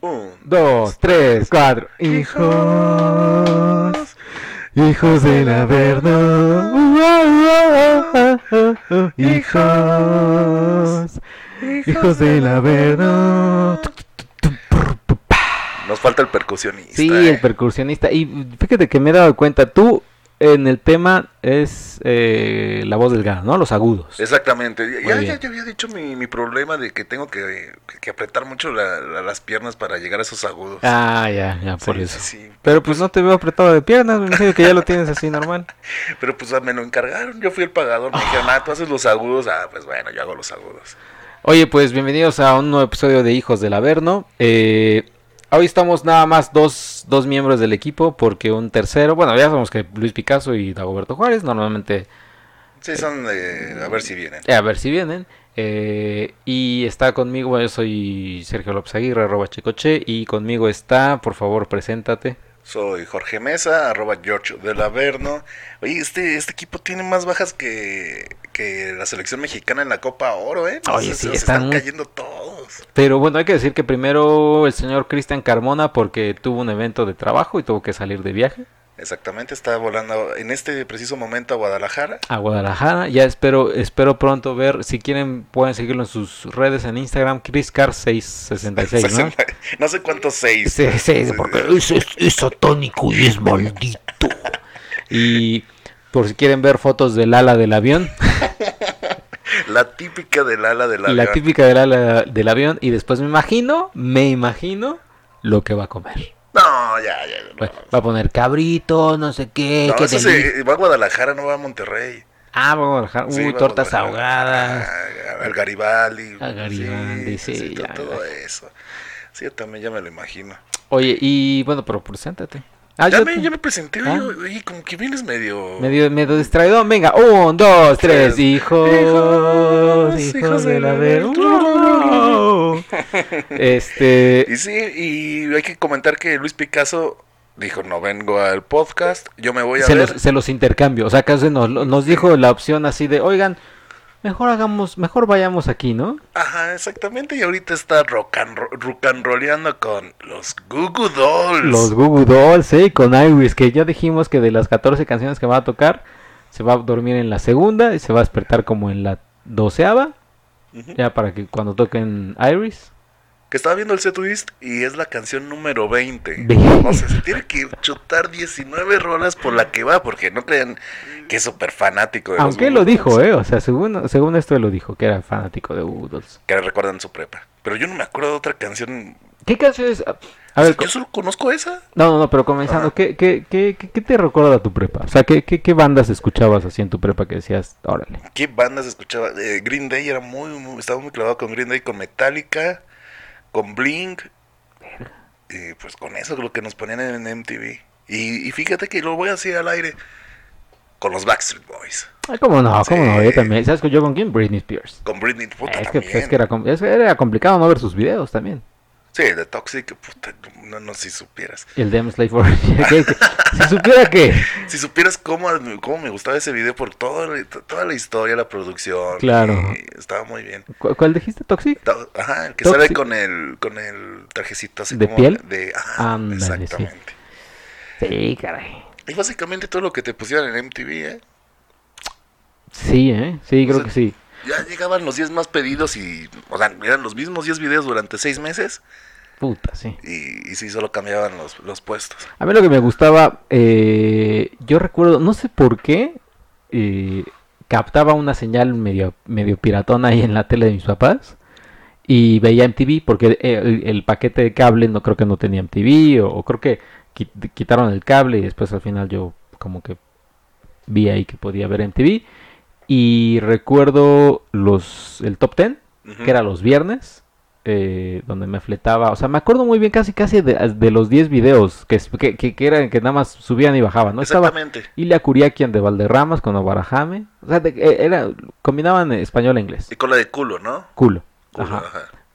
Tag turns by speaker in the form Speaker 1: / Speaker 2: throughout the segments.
Speaker 1: Un,
Speaker 2: dos, tres, cuatro. Hijos, hijos del Averno. Hijos, hijos del Averno.
Speaker 1: Nos falta el percusionista.
Speaker 2: Sí,
Speaker 1: eh.
Speaker 2: el percusionista. Y fíjate que me he dado cuenta, tú en el tema es eh, la voz del gano, ¿no? Los agudos.
Speaker 1: Exactamente. Ya,
Speaker 2: Muy
Speaker 1: ya
Speaker 2: bien.
Speaker 1: te había dicho mi, mi problema de que tengo que, que apretar mucho la- la- las piernas para llegar a esos agudos.
Speaker 2: Ah, ya, ya,
Speaker 1: Sí,
Speaker 2: por
Speaker 1: sí,
Speaker 2: eso.
Speaker 1: sí.
Speaker 2: Pero pues no te veo apretado de piernas, me imagino que ya lo tienes así normal.
Speaker 1: Pero pues me lo encargaron, yo fui el pagador, me dijeron, ah, tú haces los agudos, ah, pues bueno, yo hago los agudos.
Speaker 2: Oye, pues bienvenidos a un nuevo episodio de Hijos del Averno. Eh, hoy estamos nada más dos, dos miembros del equipo, porque un tercero, bueno, ya sabemos que Luis Picasso y Dagoberto Juárez, normalmente,
Speaker 1: Sí, son de, a ver si vienen.
Speaker 2: eh, a ver si vienen. Eh, y está conmigo, bueno, yo soy Sergio López Aguirre, arroba Checoche, y conmigo está, por favor, preséntate.
Speaker 1: Soy Jorge Mesa, arroba George del Averno. Oye, este, este equipo tiene más bajas que, que la selección mexicana en la Copa Oro, ¿eh?
Speaker 2: Oye, sí,
Speaker 1: se
Speaker 2: están
Speaker 1: están
Speaker 2: muy-
Speaker 1: cayendo todos.
Speaker 2: Pero bueno, hay que decir que primero el señor Cristian Carmona, porque tuvo un evento de trabajo y tuvo que salir de viaje.
Speaker 1: Exactamente, está volando en este preciso momento a Guadalajara.
Speaker 2: a Guadalajara. Ya espero, espero pronto ver. Si quieren, pueden seguirlo en sus redes en Instagram, ChrisCar666, ¿no?
Speaker 1: No sé cuántos seis.
Speaker 2: Sí, sí, porque es, es- es satánico y es maldito. Y por si quieren ver fotos del ala del avión,
Speaker 1: La típica del ala del avión.
Speaker 2: la típica del ala del avión, y después me imagino, me imagino lo que va a comer.
Speaker 1: No, ya, ya. no.
Speaker 2: Va va a poner cabrito, no sé qué,
Speaker 1: No,
Speaker 2: qué
Speaker 1: eso
Speaker 2: deli-
Speaker 1: se- va a Guadalajara, no va a Monterrey.
Speaker 2: Ah, vamos a Guadalajara.
Speaker 1: Sí, pues,
Speaker 2: Uy,
Speaker 1: va a
Speaker 2: tortas
Speaker 1: Guadalajara.
Speaker 2: ahogadas.
Speaker 1: Ah, Al Garibaldi.
Speaker 2: Al Garibaldi, sí,
Speaker 1: to-
Speaker 2: ya,
Speaker 1: Todo
Speaker 2: ya.
Speaker 1: eso. Sí, yo también ya me lo imagino.
Speaker 2: Oye, y bueno, pero preséntate. Ah,
Speaker 1: ya,
Speaker 2: yo
Speaker 1: me,
Speaker 2: te-
Speaker 1: ya me presenté,
Speaker 2: Ah.
Speaker 1: oye, oye, como que vienes medio...
Speaker 2: Medio, medio distraído. Venga, un, dos, tres.
Speaker 1: Tres.
Speaker 2: Hijos,
Speaker 1: Hijos,
Speaker 2: hijos
Speaker 1: hijos
Speaker 2: de
Speaker 1: del
Speaker 2: la ver.
Speaker 1: Averno.
Speaker 2: Este.
Speaker 1: Y sí, y hay que comentar que Luis Picasso dijo, no vengo al podcast, yo me voy a
Speaker 2: Se
Speaker 1: ver.
Speaker 2: los, se los intercambio. O sea, casi nos, nos dijo la opción así de: Oigan, mejor hagamos, mejor vayamos aquí, ¿no?
Speaker 1: Ajá, exactamente, y ahorita está rocanroleando con los Goo Goo Dolls.
Speaker 2: Los Google Dolls, ¿eh? Con Iris, que ya dijimos que de las 14 canciones que va a tocar, se va a dormir en la segunda y se va a despertar como en la doceava.
Speaker 1: Ujú.
Speaker 2: Ya para que cuando toquen Iris.
Speaker 1: Que estaba viendo el setlist y es la canción número 20.
Speaker 2: Ve-
Speaker 1: O sea, se tiene que chutar 19 rolas por la que va, porque no crean que es súper fanático de los
Speaker 2: Aunque él
Speaker 1: Goo
Speaker 2: lo
Speaker 1: Goo
Speaker 2: dijo,
Speaker 1: Dolls,
Speaker 2: ¿eh? O sea, según, según esto él lo dijo, que era fanático de Google Dolls.
Speaker 1: Que recuerdan su prepa. Pero yo no me acuerdo de otra canción.
Speaker 2: ¿Qué canciones? A ver, co-
Speaker 1: yo solo conozco esa.
Speaker 2: no, no, no, pero comenzando, ¿qué, qué, qué, qué, qué te recuerda a tu prepa? O sea, ¿qué, qué, qué bandas escuchabas así en tu prepa que decías, órale?
Speaker 1: ¿Qué bandas escuchaba? Eh, Green Day era muy, muy- Estaba muy clavado con Green Day, con Metallica, con Blink. Y pues con eso, lo que nos ponían en MTV. Y, y fíjate que lo voy a decir al aire. Con los Backstreet Boys.
Speaker 2: Ay, Ah, ¿cómo no? ¿Cómo no? Yo
Speaker 1: Sí.
Speaker 2: también. ¿Sabes que yo con quién? Britney Spears.
Speaker 1: Con Britney. Puta,
Speaker 2: Es que,
Speaker 1: también.
Speaker 2: es que era, com- es que era complicado no ver sus videos también.
Speaker 1: Sí, de Toxic, puta, no, no, si supieras.
Speaker 2: Y el Damn Slave for... que- que- si supiera que...
Speaker 1: Si supieras cómo, cómo me gustaba ese video por todo, el- toda la historia, la producción.
Speaker 2: Claro.
Speaker 1: y estaba muy bien.
Speaker 2: ¿Cu- ¿Cuál dijiste, Toxic?
Speaker 1: Ta- Ajá, el que
Speaker 2: Toxic.
Speaker 1: sale con el, con el trajecito así
Speaker 2: ¿De
Speaker 1: como
Speaker 2: piel?
Speaker 1: De, ajá,
Speaker 2: Ándale, sí.
Speaker 1: exactamente.
Speaker 2: Sí, caray.
Speaker 1: Y básicamente todo lo que te pusieron en MTV, ¿eh?
Speaker 2: Sí, ¿eh? Sí, creo
Speaker 1: sea,
Speaker 2: que sí.
Speaker 1: Ya llegaban los 10 más pedidos y, o sea, eran los mismos 10 videos durante 6 meses
Speaker 2: Puta, sí.
Speaker 1: y, y sí, solo cambiaban los, los puestos.
Speaker 2: A mí lo que me gustaba, eh, yo recuerdo, no sé por qué, eh, captaba una señal medio, medio piratona ahí en la tele de mis papás y veía MTV porque eh, el, el paquete de cable no creo que no tenía MTV o, o creo que qui- quitaron el cable y después al final yo como que vi ahí que podía ver MTV y recuerdo los el top ten
Speaker 1: Ujú.
Speaker 2: que era los viernes, eh, donde me fletaba, o sea, me acuerdo muy bien casi casi de, de los 10 videos que, es- que, que, que eran que nada más subían y bajaban, ¿no? Estaba
Speaker 1: Exactamente.
Speaker 2: Ilya Kuriakian de Valderramas con Obarajame, o sea, de- eh, era, combinaban español e inglés,
Speaker 1: Y cola de culo, ¿no?
Speaker 2: culo,
Speaker 1: Culo,
Speaker 2: ajá.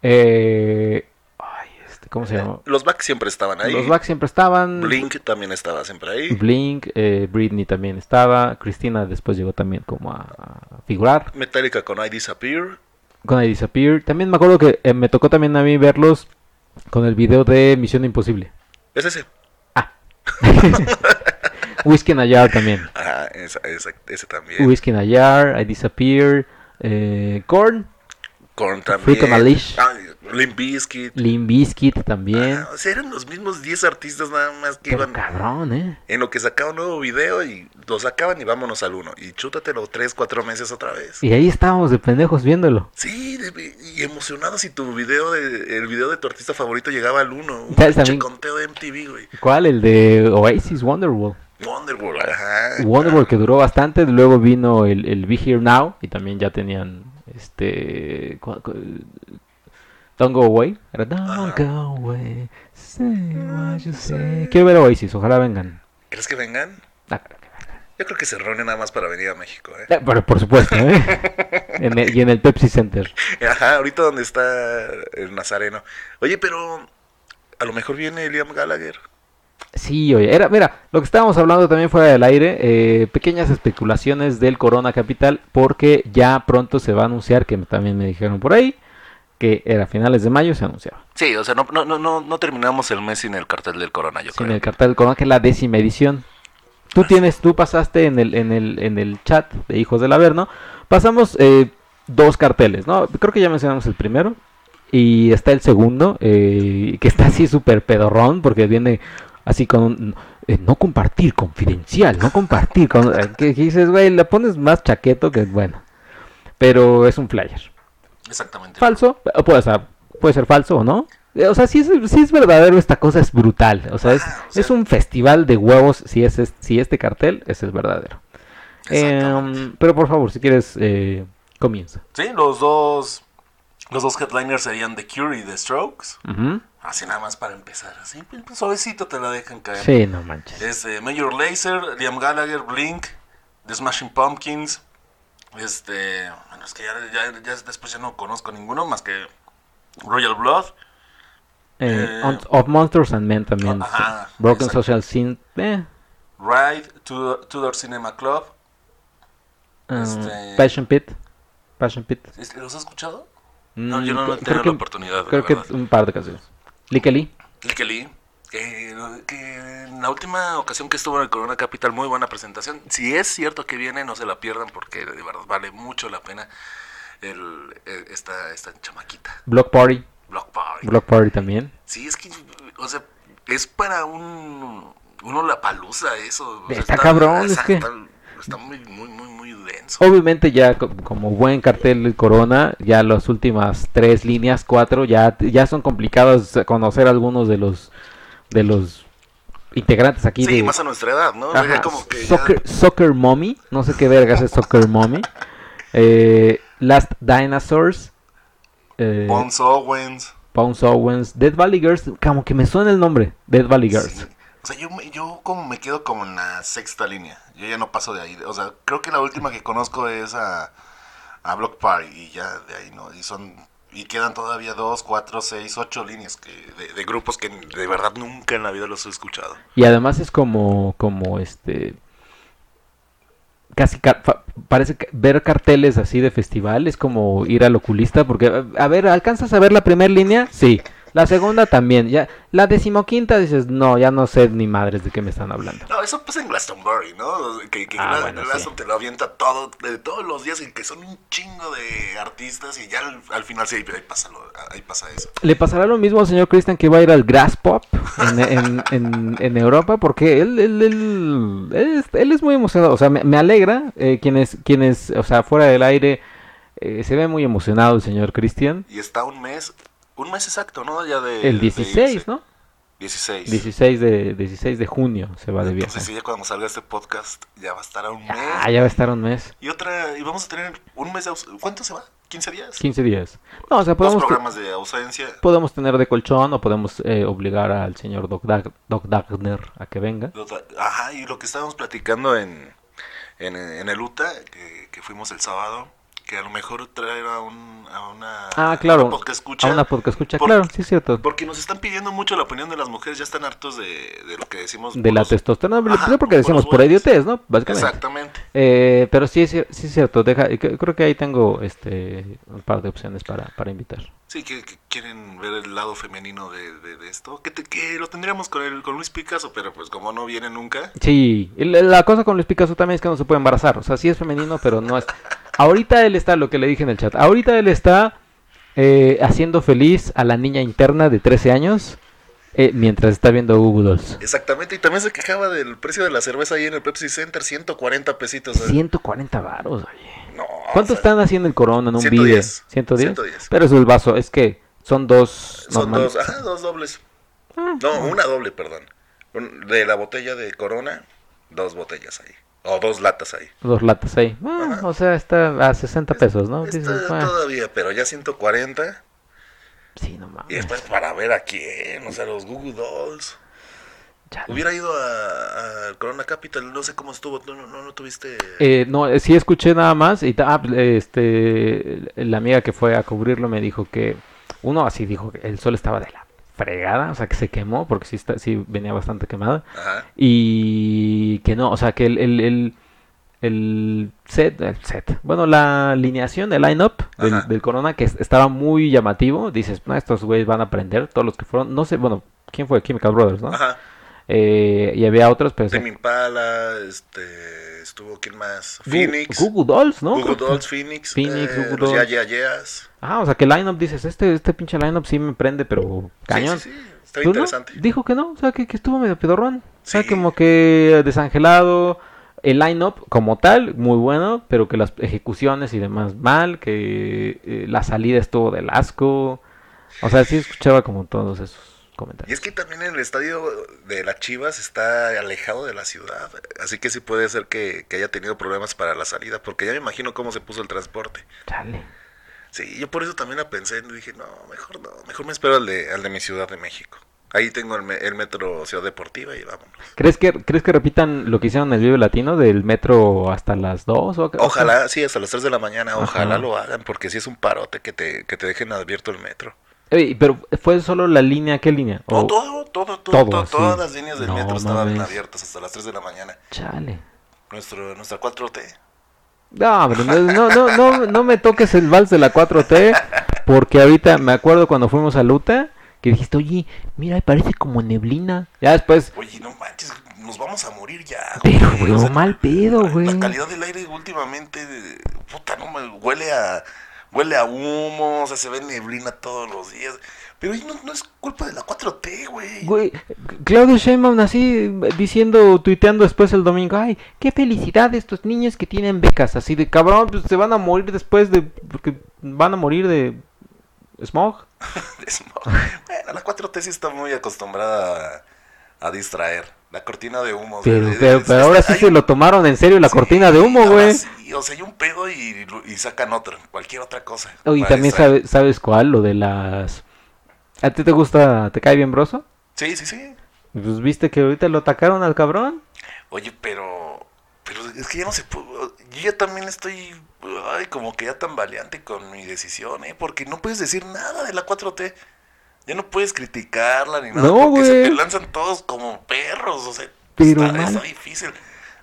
Speaker 2: Eh, ay, este, ¿cómo se llama?
Speaker 1: Los back siempre estaban ahí.
Speaker 2: Los Black siempre estaban,
Speaker 1: Blink también estaba siempre ahí.
Speaker 2: Blink, eh, Britney también estaba, Cristina después llegó también como a a figurar,
Speaker 1: Metallica con I Disappear.
Speaker 2: con I Disappear. También me acuerdo que eh, me tocó también a mí verlos Con el video de Misión Imposible.
Speaker 1: Es ese.
Speaker 2: Ah. Whiskey in a Jar también.
Speaker 1: Ajá, esa- esa- ese también.
Speaker 2: Whiskey in a Jar, I Disappear, eh, Korn,
Speaker 1: Korn también.
Speaker 2: Fruit on a Leash.
Speaker 1: Ay, Limp Bizkit.
Speaker 2: Limp Bizkit también.
Speaker 1: Ah, o sea, eran los mismos 10 artistas nada más que
Speaker 2: Pero
Speaker 1: iban
Speaker 2: cabrón, ¿eh?
Speaker 1: en lo que sacaba un nuevo video y lo sacaban y vámonos al uno. Y chútatelo 3, 4 meses otra vez.
Speaker 2: Y ahí estábamos de pendejos viéndolo.
Speaker 1: Sí, de- y emocionado si tu video de, el video de tu artista favorito llegaba al uno. Un pinche
Speaker 2: ¿Sabes también?
Speaker 1: conteo de MTV, güey.
Speaker 2: ¿Cuál? El de Oasis Wonderwall.
Speaker 1: Wonderwall, ajá.
Speaker 2: Wonderwall que duró bastante, luego vino el, el Be Here Now y también ya tenían este cu- cu- Don't Go Away. Era Don't
Speaker 1: Ajá.
Speaker 2: Go Away. Say what you say. Quiero ver a Oasis, ojalá vengan.
Speaker 1: ¿Crees que vengan?
Speaker 2: Ah, claro que vengan.
Speaker 1: Yo creo que se reúnen nada más para venir a México, ¿eh?
Speaker 2: Eh, Pero por supuesto, ¿eh? En el- y en el Pepsi Center.
Speaker 1: Ajá, ahorita donde está el Nazareno. Oye, pero a lo mejor viene Liam Gallagher.
Speaker 2: Sí, oye, era, mira, lo que estábamos hablando también fuera del aire, eh, pequeñas especulaciones del Corona Capital, porque ya pronto se va a anunciar, que también me dijeron por ahí, que era a finales de mayo se anunciaba.
Speaker 1: Sí, o sea, no, no, no, no, no terminamos el mes sin el cartel del Corona, yo
Speaker 2: Sin el cartel del Corona, que es la décima edición. Tú tienes, tú pasaste en el, en el, en el chat de Hijos del Averno, pasamos eh, dos carteles, ¿no? Creo que ya mencionamos el primero. Y está el segundo, eh, que está así súper pedorrón, porque viene así con un, eh, no compartir, confidencial, no compartir. Con, eh, que, que dices, güey, le pones más chaqueto que bueno. Pero es un flyer.
Speaker 1: Exactamente.
Speaker 2: Falso, o puede ser, puede ser falso o no. Eh, O sea, si es, si es verdadero, esta cosa es brutal. O sea, es,
Speaker 1: Ajá, o sea-
Speaker 2: es un festival de huevos si, es, es- si este cartel es el verdadero.
Speaker 1: Exactamente.
Speaker 2: Em, pero por favor, si quieres, eh, comienza.
Speaker 1: Sí, los dos, los dos headliners serían The Cure y The Strokes.
Speaker 2: Ujú.
Speaker 1: Así nada más para empezar, así pues, suavecito te la dejan caer.
Speaker 2: Sí, no manches. Eh,
Speaker 1: Este, Major Lazer, Liam Gallagher, Blink, The Smashing Pumpkins. Este, bueno, es que ya, ya- ya después ya no conozco ninguno más que Royal Blood.
Speaker 2: Eh,
Speaker 1: Eh,
Speaker 2: On- of Monsters and Men también.
Speaker 1: Ajá,
Speaker 2: sí. Broken
Speaker 1: exacto.
Speaker 2: Social Scene. eh,
Speaker 1: Ride, Tudor, Tudor Cinema Club.
Speaker 2: um,
Speaker 1: Este-
Speaker 2: Passion Pit. Passion Pit.
Speaker 1: ¿Es- ¿Los has escuchado? No, yo
Speaker 2: Mm,
Speaker 1: no,
Speaker 2: cre-
Speaker 1: he tenido la oportunidad.
Speaker 2: Creo que un par de canciones. Lick Lee.
Speaker 1: Lick Lee, que, que en la última ocasión que estuvo en el Corona Capital, muy buena presentación. Si es cierto que viene, no se la pierdan porque de verdad vale mucho la pena el, el- esta, esta chamaquita.
Speaker 2: Block Party.
Speaker 1: Block Party.
Speaker 2: Block Party también.
Speaker 1: Sí, es que, o sea, es para un. Uno la palusa eso. o sea,
Speaker 2: Está cabrón, es que-
Speaker 1: Está, está muy, muy, muy, muy denso.
Speaker 2: Obviamente ya co- como buen cartel del Corona, ya las últimas tres líneas, cuatro, ya, ya son complicados conocer algunos de los de los integrantes aquí
Speaker 1: Sí,
Speaker 2: de
Speaker 1: más a nuestra edad, ¿no? O sea,
Speaker 2: Ajá,
Speaker 1: ya como que. ya-
Speaker 2: soccer, Soccer Mommy, no sé qué vergas es Soccer Mommy. Eh, Last Dinosaurs, eh,
Speaker 1: Bones Owens.
Speaker 2: Bounce Owens, Dead Valley Girls, como que me suena el nombre, Dead Valley Girls.
Speaker 1: Sí. O sea, yo, me- yo como me quedo como en la sexta línea. Yo ya no paso de ahí. O sea, creo que la última que conozco es a, a Block Party y ya de ahí no. Y son y quedan todavía dos, cuatro, seis, ocho líneas que, de, de grupos que de verdad nunca en la vida los he escuchado.
Speaker 2: Y además es como, como este. Casi ca- fa- parece que ver carteles así de festival es como ir al oculista, porque, a- a ver, ¿alcanzas a ver la primera línea? Sí. La segunda también. ya La decimoquinta dices, no, ya no sé ni madres de qué me están hablando.
Speaker 1: No, eso pasa en Glastonbury, ¿no? Que, que
Speaker 2: Ah,
Speaker 1: Gla-
Speaker 2: bueno,
Speaker 1: Glaston
Speaker 2: sí.
Speaker 1: te lo avienta todo, de todos los días, y que son un chingo de artistas y ya al, al final sí, ahí, ahí pasa lo- ahí pasa eso.
Speaker 2: ¿Le pasará lo mismo al señor Christian que va a ir al Grass Pop en, en- en- en Europa? Porque él, él, él- él es, él es muy emocionado. O sea, me, me alegra eh, quienes, quienes, o sea, fuera del aire, eh, se ve muy emocionado el señor Christian.
Speaker 1: Y está un mes, un mes exacto, ¿no? Ya de...
Speaker 2: El
Speaker 1: de
Speaker 2: 16,
Speaker 1: irse.
Speaker 2: ¿no?
Speaker 1: 16.
Speaker 2: 16 de, 16 de junio se va de viaje.
Speaker 1: Entonces, sí, ya cuando salga este podcast, ya va a estar a un mes.
Speaker 2: Ah, ya va a estar un mes.
Speaker 1: Y otra, y vamos a tener un mes de ausencia. ¿Cuánto se va? ¿15 días?
Speaker 2: 15 días. No, o sea,
Speaker 1: Dos
Speaker 2: podemos,
Speaker 1: programas de ausencia.
Speaker 2: podemos tener de colchón o podemos eh, obligar al señor Doc, Dag- Doc Dagner a que venga.
Speaker 1: Ajá, y lo que estábamos platicando en, en, en el UTA, que, que fuimos el sábado, que que a lo mejor traer a, un, a una
Speaker 2: Ah, claro.
Speaker 1: podcast escucha.
Speaker 2: A una podcast escucha,
Speaker 1: Por-
Speaker 2: claro, sí es cierto.
Speaker 1: Porque nos están pidiendo mucho la opinión de las mujeres, ya están hartos de, de lo que decimos.
Speaker 2: De la
Speaker 1: puros-
Speaker 2: testosterona,
Speaker 1: Ajá,
Speaker 2: no porque
Speaker 1: por los
Speaker 2: decimos por
Speaker 1: güeyes.
Speaker 2: idiotez, ¿no? Básicamente.
Speaker 1: Exactamente.
Speaker 2: Eh, pero sí, es cier- sí es cierto, deja, eh, cre- creo que ahí tengo este un par de opciones para, para invitar.
Speaker 1: Sí, que, que quieren ver el lado femenino de, de- de esto. Que, te- que lo tendríamos con, el, con Luis Picasso, pero pues como no viene nunca.
Speaker 2: Sí, y la la cosa con Luis Picasso también es que no se puede embarazar, o sea, sí es femenino, pero no es... Ahorita él está, lo que le dije en el chat, ahorita él está eh, haciendo feliz a la niña interna de 13 años eh, mientras está viendo Google
Speaker 1: Exactamente, y también se quejaba del precio de la cerveza ahí en el Pepsi Center, 140 pesitos. o sea,
Speaker 2: 140 varos, oye.
Speaker 1: No,
Speaker 2: ¿Cuánto
Speaker 1: o sea,
Speaker 2: están haciendo el corona en un
Speaker 1: 110.
Speaker 2: video? 110.
Speaker 1: 110.
Speaker 2: Pero es el vaso, es que son dos...
Speaker 1: Son
Speaker 2: normales.
Speaker 1: dos, ajá, dos dobles.
Speaker 2: Ah.
Speaker 1: No, una doble, perdón. Un- De la botella de Corona, dos botellas ahí. O dos latas ahí.
Speaker 2: Dos latas ahí. Ah,
Speaker 1: Ajá.
Speaker 2: o sea, está a 60 pesos, ¿no?
Speaker 1: Está
Speaker 2: Dices, bueno,
Speaker 1: todavía, pero ya 140.
Speaker 2: sí, no
Speaker 1: Y
Speaker 2: mames.
Speaker 1: después para ver a quién, o sea, los Google Dolls.
Speaker 2: chale.
Speaker 1: Hubiera ido a, a Corona Capital, no sé cómo estuvo, tú no, no, no tuviste...
Speaker 2: Eh, no, eh, sí escuché nada más. Y ta- ah, este, la amiga que fue a cubrirlo me dijo que uno así dijo que el sol estaba de la fregada, o sea, que se quemó, porque sí, está, sí venía bastante quemada.
Speaker 1: Ajá.
Speaker 2: Y que no, o sea, que el, el, el, el set, el set, bueno, la alineación, el line-up
Speaker 1: Ajá.
Speaker 2: del, del Corona, que es- estaba muy llamativo, dices, "No, estos güeyes van a aprender, todos los que fueron, no sé, bueno, ¿quién fue? Chemical Brothers, ¿no?
Speaker 1: Ajá.
Speaker 2: Eh, y había otros, pero...
Speaker 1: Tame Impala, este... Estuvo, ¿quién más?
Speaker 2: Gu-
Speaker 1: Phoenix.
Speaker 2: Google Dolls, ¿no?
Speaker 1: Google
Speaker 2: Creo que-
Speaker 1: Dolls, Phoenix.
Speaker 2: Phoenix,
Speaker 1: eh,
Speaker 2: Google
Speaker 1: los
Speaker 2: Dolls.
Speaker 1: Ya Ya Yeahs.
Speaker 2: Ah, o sea, que line-up dices, este, este pinche line-up sí me prende, pero cañón.
Speaker 1: Sí, sí, sí, Está
Speaker 2: ¿Tú no?
Speaker 1: interesante.
Speaker 2: Dijo que no, o sea, que, que estuvo medio pedorrón. O sea,
Speaker 1: Sí.
Speaker 2: como que desangelado. El line-up como tal, muy bueno, pero que las ejecuciones y demás mal, que eh, la salida estuvo del asco. O sea, sí escuchaba como todos esos
Speaker 1: Y
Speaker 2: comentarios.
Speaker 1: es que también el estadio de las Chivas está alejado de la ciudad, así que sí puede ser que, que haya tenido problemas para la salida, porque ya me imagino cómo se puso el transporte.
Speaker 2: Chale.
Speaker 1: Sí, yo por eso también la pensé, y dije, no, mejor no, mejor me espero al de, al de mi Ciudad de México. Ahí tengo el, me- el metro Ciudad Deportiva y vámonos.
Speaker 2: ¿Crees que, ¿Crees que repitan lo que hicieron en el Vive Latino del metro hasta las 2? O
Speaker 1: Ojalá, sí, hasta las 3 de la mañana,
Speaker 2: Ajá.
Speaker 1: ojalá lo hagan, porque sí es un parote que te, que te dejen abierto el metro.
Speaker 2: Ey, pero fue solo la línea, ¿qué línea?
Speaker 1: No,
Speaker 2: O-
Speaker 1: todo, todo, todo,
Speaker 2: Todo,
Speaker 1: todo,
Speaker 2: Oh. sí.
Speaker 1: todas las líneas del
Speaker 2: No
Speaker 1: metro estaban
Speaker 2: mames.
Speaker 1: abiertas hasta las 3 de la mañana.
Speaker 2: Chale.
Speaker 1: Nuestro, nuestra 4T.
Speaker 2: No, hombre, no, no, no, no, no me toques el vals de la 4T, porque ahorita me acuerdo cuando fuimos a Luta, que dijiste, oye, mira, parece como neblina. Ya después,
Speaker 1: Oye, no manches, nos vamos a morir ya.
Speaker 2: pero,
Speaker 1: güey,
Speaker 2: güey,
Speaker 1: o sea,
Speaker 2: mal pedo, güey.
Speaker 1: La calidad del aire últimamente, eh, puta, no me huele a, huele a humo, o sea, se ve neblina todos los días. Pero oye, no, no es culpa de la 4T, güey.
Speaker 2: Güey, Claudio Sheinbaum así diciendo, tuiteando después el domingo, ay, qué felicidad de estos niños que tienen becas, así de cabrón, pues, se van a morir después de, porque van a morir de smog.
Speaker 1: Es mo- bueno, la 4T sí está muy acostumbrada a, a distraer. La cortina de humo. o sea,
Speaker 2: Pero,
Speaker 1: es-
Speaker 2: pero,
Speaker 1: es-
Speaker 2: pero ahora sí
Speaker 1: hay
Speaker 2: se
Speaker 1: un-
Speaker 2: lo tomaron en serio la
Speaker 1: sí,
Speaker 2: cortina de humo,
Speaker 1: ahora
Speaker 2: güey.
Speaker 1: sí, o sea, hay un pedo y, y sacan otro, cualquier otra cosa.
Speaker 2: Oye,
Speaker 1: para
Speaker 2: también
Speaker 1: distraer.
Speaker 2: sabe- sabes cuál, lo de las... ¿A ti te gusta, te cae bien Broso?
Speaker 1: Sí, sí, sí.
Speaker 2: Pues viste que ahorita lo atacaron al cabrón.
Speaker 1: Oye, pero. Pero es que ya no se pudo. Yo ya también estoy. Ay, como que ya tan valiente con mi decisión, ¿eh? Porque no puedes decir nada de la 4T. Ya no puedes criticarla ni nada.
Speaker 2: No,
Speaker 1: porque se
Speaker 2: güey.
Speaker 1: te lanzan todos como perros. O sea,
Speaker 2: Pero
Speaker 1: está,
Speaker 2: mal.
Speaker 1: está difícil.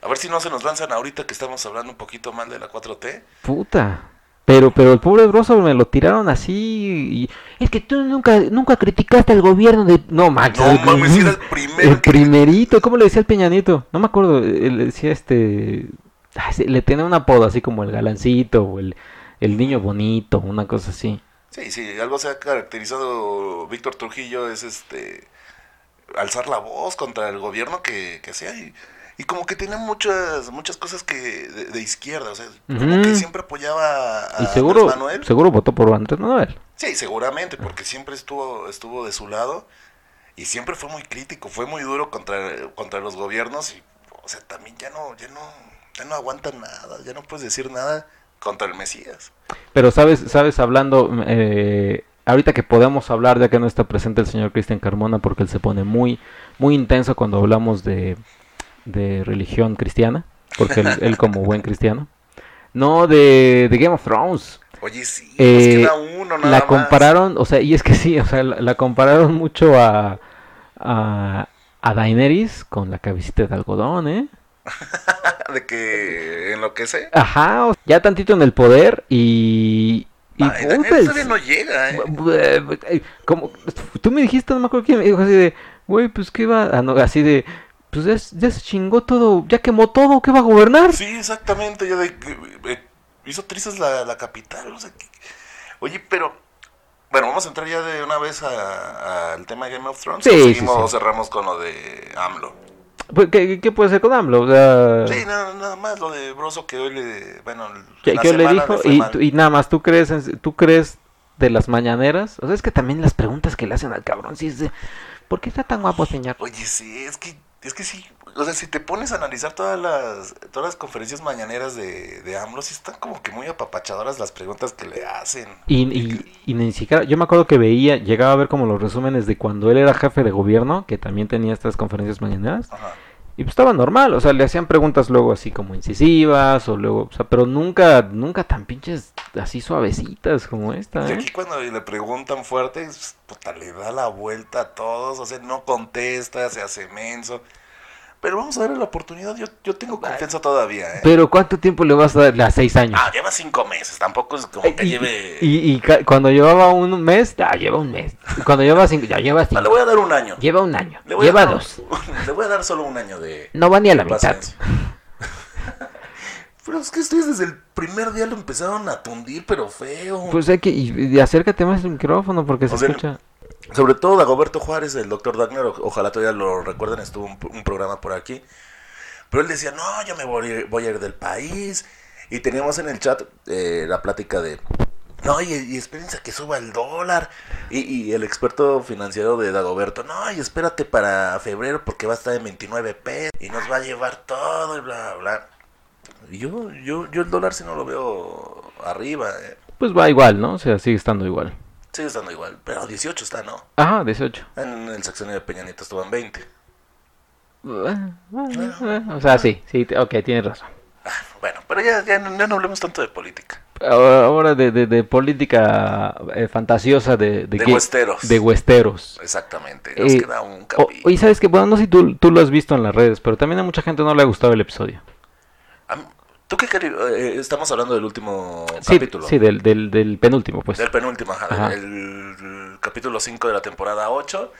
Speaker 1: A ver si no se nos lanzan ahorita que estamos hablando un poquito mal de la 4T.
Speaker 2: Puta. Pero, pero el pobre Broso me lo tiraron así y... Es que tú nunca, nunca criticaste al gobierno de... No, Max.
Speaker 1: No
Speaker 2: el-
Speaker 1: mames, era el primero
Speaker 2: El
Speaker 1: que-
Speaker 2: primerito. ¿Cómo le decía el Peñanito? No me acuerdo. eh, Le decía este... ay, sí, le tenía un apodo así como el galancito o el, el niño bonito, una cosa así.
Speaker 1: Sí, sí, algo se ha caracterizado Víctor Trujillo es este alzar la voz contra el gobierno que, que sea y, y como que tiene muchas muchas cosas que de, de izquierda, o sea, como
Speaker 2: Ujú.
Speaker 1: que siempre apoyaba a
Speaker 2: Y seguro,
Speaker 1: Andrés Ah, Manuel.
Speaker 2: seguro votó por Andrés Manuel.
Speaker 1: Sí, seguramente, porque siempre estuvo estuvo de su lado y siempre fue muy crítico, fue muy duro contra contra los gobiernos y o sea, también ya no ya no ya no aguanta nada, ya no puedes decir nada contra el Mesías.
Speaker 2: Pero sabes, sabes, hablando, mm, eh, ahorita que podemos hablar, ya que no está presente el señor Cristian Carmona, porque él se pone muy, muy intenso cuando hablamos de, de religión cristiana, porque él, él como buen cristiano. No, de, de Game of Thrones.
Speaker 1: Oye, sí, nos
Speaker 2: Eh,
Speaker 1: queda uno nada
Speaker 2: la
Speaker 1: más.
Speaker 2: compararon, o sea, y es que sí, o sea, la, la compararon mucho a, a, a Daenerys con la cabecita de algodón, ¿eh?
Speaker 1: De que enloquece.
Speaker 2: Ajá, o- ya tantito en el poder y... y
Speaker 1: Ay, Daniel
Speaker 2: puta,
Speaker 1: todavía
Speaker 2: es-
Speaker 1: no llega, eh.
Speaker 2: Eh, Como, tú me dijiste, no me acuerdo quién me dijo así de, güey, pues qué va, Ah, no, así de, pues ya, se- ya se chingó todo, ya quemó todo, ¿qué va a gobernar?
Speaker 1: Sí, exactamente. Ya de que eh, hizo trizas la, la capital. o sea, que- Oye, pero. Bueno, vamos a entrar ya de una vez a- al tema de Game of Thrones.
Speaker 2: Sí,
Speaker 1: o
Speaker 2: sí,
Speaker 1: seguimos
Speaker 2: sí.
Speaker 1: o cerramos con lo de AMLO.
Speaker 2: Pues, ¿Qué, qué puede ser con AMLO? O sea,
Speaker 1: Sí, nada, nada más lo de Broso que hoy le. Bueno,
Speaker 2: ¿qué,
Speaker 1: la
Speaker 2: qué le
Speaker 1: semana
Speaker 2: dijo?
Speaker 1: fue
Speaker 2: Y,
Speaker 1: mal.
Speaker 2: tú- y nada más, ¿tú crees, en- ¿tú crees de las mañaneras? O sea, es que también las preguntas que le hacen al cabrón, sí es de, ¿por qué está tan guapo, señor?
Speaker 1: Oye, sí, es que, es que sí. O sea, si te pones a analizar todas las, todas las conferencias mañaneras de, de AMLO, sí están como que muy apapachadoras las preguntas que le hacen.
Speaker 2: Y, y- y ni siquiera, yo me acuerdo que veía, llegaba a ver como los resúmenes de cuando él era jefe de gobierno, que también tenía estas conferencias mañaneras.
Speaker 1: Ajá.
Speaker 2: Y pues estaba normal, o sea, le hacían preguntas luego así como incisivas, o luego, o sea, pero nunca, nunca tan pinches así suavecitas como esta,
Speaker 1: Y
Speaker 2: ¿eh?
Speaker 1: aquí cuando le preguntan fuerte, pues, puta, le da la vuelta a todos, o sea, no contesta, se hace menso. Pero vamos a darle la oportunidad, yo, yo tengo confianza todavía, ¿eh?
Speaker 2: Pero ¿cuánto tiempo le vas a dar? A seis años.
Speaker 1: Ah, lleva cinco meses, tampoco es como que
Speaker 2: Y-
Speaker 1: lleve...
Speaker 2: Y, y ca- cuando llevaba un mes, ya lleva un mes. Cuando lleva cinco, ya lleva
Speaker 1: Ah, le
Speaker 2: cinco.
Speaker 1: voy a dar un año.
Speaker 2: Lleva un año.
Speaker 1: Le voy a
Speaker 2: Lleva
Speaker 1: dar-
Speaker 2: dos.
Speaker 1: Le voy a dar solo un año de...
Speaker 2: No va ni a la mitad.
Speaker 1: paciencia. Pero es que ustedes desde el primer día lo empezaron a tundir, pero feo.
Speaker 2: Pues hay que, y, y acércate más el micrófono porque se
Speaker 1: O sea,
Speaker 2: escucha.
Speaker 1: Sobre todo Dagoberto Juárez, el doctor Dagner, o- ojalá todavía lo recuerden, estuvo un, un programa por aquí. Pero él decía, no, yo me voy a ir, voy a ir del país. Y teníamos en el chat eh, la plática de, no, y, y espérense a que suba el dólar. Y, y el experto financiero de Dagoberto, no, y espérate para febrero porque va a estar en 29 pesos y nos va a llevar todo y bla, bla. Y Yo, yo, yo el dólar si no lo veo arriba, eh.
Speaker 2: Pues va igual, ¿no? O sea, sigue estando igual.
Speaker 1: sigue estando igual, pero 18 está, ¿no?
Speaker 2: Ajá, 18.
Speaker 1: En Ah, el sexenio de Peña Nieto estuvo en 20.
Speaker 2: O sea, sí, sí, te- ok, tienes razón.
Speaker 1: Ah, Bueno, pero ya, ya, no- ya no hablemos tanto de política.
Speaker 2: Ahora, ahora de, de- de política eh, fantasiosa de, de,
Speaker 1: De
Speaker 2: gay-
Speaker 1: huesteros.
Speaker 2: de huesteros.
Speaker 1: Exactamente, nos
Speaker 2: Eh,
Speaker 1: queda un
Speaker 2: O-
Speaker 1: capítulo.
Speaker 2: Oye, sabes que, bueno, no sé si tú, tú lo has visto en las redes, pero también a mucha gente no le ha gustado el episodio.
Speaker 1: Am- ¿Tú qué querías? estamos hablando del último
Speaker 2: Sí,
Speaker 1: capítulo.
Speaker 2: sí, del, del, del penúltimo, pues.
Speaker 1: Del penúltimo, ajá,
Speaker 2: Ajá.
Speaker 1: del- el, capítulo 5 de la temporada 8.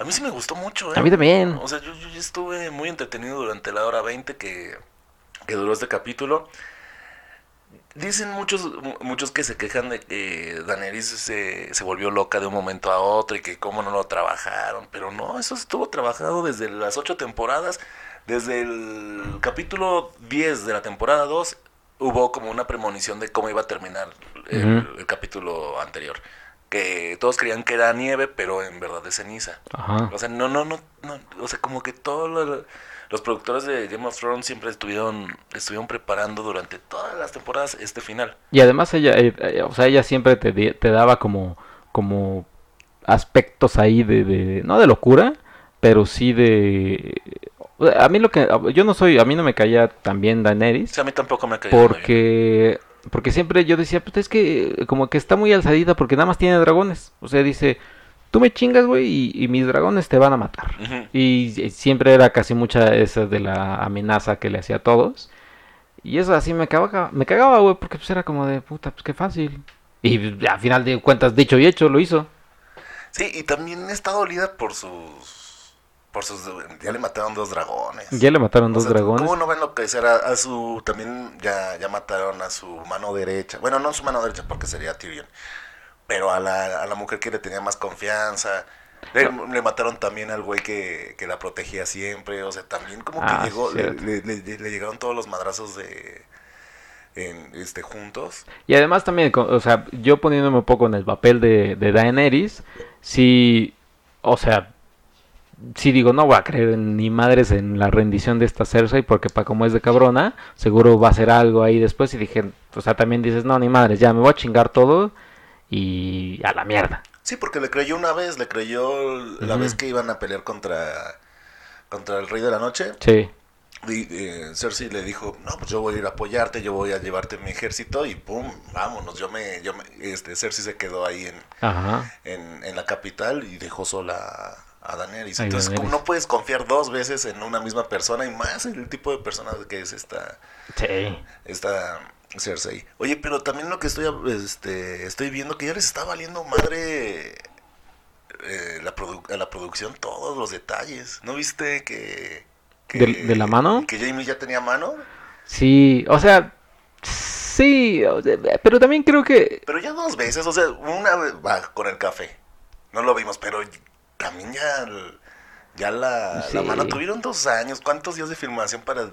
Speaker 1: A mí sí me gustó mucho, ¿eh?
Speaker 2: A mí también.
Speaker 1: O sea, yo, yo- yo estuve muy entretenido durante la hora 20 que, que duró este capítulo. Dicen muchos mu- muchos que se quejan de que Daenerys se, se volvió loca de un momento a otro y que cómo no lo trabajaron, pero no, eso estuvo trabajado desde las ocho temporadas, desde el capítulo 10 de la temporada 2 hubo como una premonición de cómo iba a terminar el,
Speaker 2: Ujú.
Speaker 1: el capítulo anterior, que todos creían que era nieve, pero en verdad es ceniza.
Speaker 2: Ajá.
Speaker 1: O sea, no, no, no, no, o sea, como que todos los, los productores de Game of Thrones siempre estuvieron, estuvieron preparando durante todas las temporadas este final.
Speaker 2: Y además ella, eh, eh, o sea, ella siempre te, di- te daba como, como aspectos ahí de, de- no de locura, pero sí de... A mí lo que, yo no soy, a mí no me caía también Daenerys.
Speaker 1: O sea, a mí tampoco me ha caído muy bien.
Speaker 2: Porque, porque siempre yo decía, pues es que eh, como que está muy alzadita porque nada más tiene dragones. O sea, dice, tú me chingas, güey, y, y mis dragones te van a matar.
Speaker 1: Ujú.
Speaker 2: Y eh, siempre era casi mucha esa de la amenaza que le hacía a todos. Y eso así me cagaba, me cagaba, güey, porque pues era como de, puta, pues qué fácil. Y pues, al final de cuentas, dicho y hecho, lo hizo.
Speaker 1: Sí, y también está dolida por sus, por sus, ya le mataron dos dragones.
Speaker 2: Ya le mataron
Speaker 1: O
Speaker 2: dos
Speaker 1: sea,
Speaker 2: dragones.
Speaker 1: ¿Cómo no va a enloquecer a, a su, también ya, ya mataron a su mano derecha? Bueno, no su mano derecha porque sería Tyrion, pero a la, a la mujer que le tenía más confianza. Le, le mataron también al güey que, que la protegía siempre, o sea, también como que
Speaker 2: Ah,
Speaker 1: llegó,
Speaker 2: sí,
Speaker 1: le,
Speaker 2: cierto.
Speaker 1: le- le- le llegaron todos los madrazos de en, este juntos.
Speaker 2: Y además también, co- o sea, yo poniéndome un poco en el papel de, de Daenerys, sí, o sea, sí digo, no voy a creer en ni madres en la rendición de esta Cersei, porque para como es de cabrona, seguro va a hacer algo ahí después. Y dije, o sea, también dices, no, ni madres, ya me voy a chingar todo y a la mierda.
Speaker 1: Sí, porque le creyó una vez, le creyó la
Speaker 2: Ujú.
Speaker 1: vez que iban a pelear contra, contra el Rey de la Noche.
Speaker 2: Sí.
Speaker 1: Y, eh, Cersei le dijo, no, pues yo voy a ir a apoyarte, yo voy a llevarte mi ejército y pum, vámonos. Yo me, yo me- este, Cersei se quedó ahí en,
Speaker 2: Ajá.
Speaker 1: en, en la capital y dejó sola a Daenerys.
Speaker 2: Ay,
Speaker 1: Entonces,
Speaker 2: Daenerys.
Speaker 1: como no puedes confiar dos veces en una misma persona y más en el tipo de persona que es esta,
Speaker 2: Sí.
Speaker 1: esta Cersei. Oye, pero también lo que estoy, este, estoy viendo que ya les está valiendo madre eh, la produ- a la producción todos los detalles. ¿No viste que... que-
Speaker 2: ¿Del- de la mano?
Speaker 1: Que Jamie ya tenía mano.
Speaker 2: Sí, o sea, sí, o sea, pero también creo que...
Speaker 1: Pero ya dos veces, o sea, una vez va con el café. No lo vimos, pero también ya, el- ya la,
Speaker 2: Sí.
Speaker 1: la mano tuvieron dos años. ¿Cuántos días de filmación para...?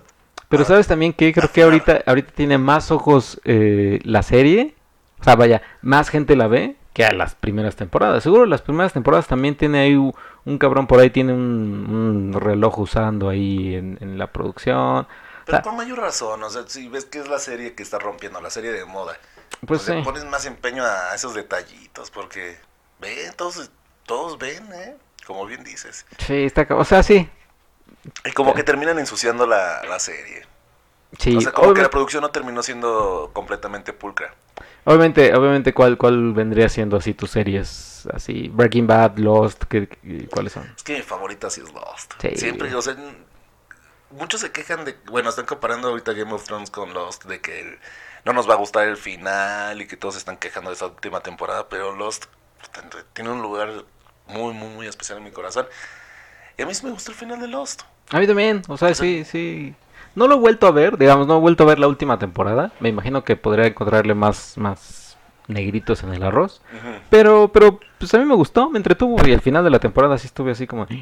Speaker 2: Pero
Speaker 1: Ah.
Speaker 2: sabes también que creo que ahorita, ahorita tiene más ojos eh, la serie. O sea, vaya, más gente la ve que a las primeras temporadas. Seguro las primeras temporadas también tiene ahí u- un cabrón por ahí, tiene un, un reloj usando ahí en, en la producción. O sea,
Speaker 1: Pero con mayor razón, o sea, si ves que es la serie que está rompiendo, la serie de moda.
Speaker 2: pues
Speaker 1: Pues le
Speaker 2: sí.
Speaker 1: pones más empeño a esos detallitos, porque ven, todos, todos ven, ¿eh? Como bien dices.
Speaker 2: Sí, está... ca- O sea, sí.
Speaker 1: Y como que terminan ensuciando la, la serie.
Speaker 2: Sí,
Speaker 1: o sea, como que
Speaker 2: obvia-
Speaker 1: la producción no terminó siendo completamente pulcra.
Speaker 2: Obviamente, obviamente, ¿cuál, ¿cuál vendría siendo así tus series? Así, Breaking Bad, Lost, ¿qué- qué- ¿cuáles son?
Speaker 1: Es que mi favorita sí es Lost.
Speaker 2: Sí.
Speaker 1: Siempre, o sea, n- muchos se quejan de, bueno, están comparando ahorita Game of Thrones con Lost, de que el- no nos va a gustar el final y que todos se están quejando de esta última temporada, pero Lost puta, entre- tiene un lugar muy, muy, muy especial en mi corazón. Y a mí sí me gustó el final de Lost.
Speaker 2: A mí también, o sea, sí, sí. No lo he vuelto a ver, digamos, no he vuelto a ver la última temporada. Me imagino que podría encontrarle más, más negritos en el arroz. Pero, pero, pues a mí me gustó, me entretuvo. Y al final de la temporada sí estuve así como, "Ah,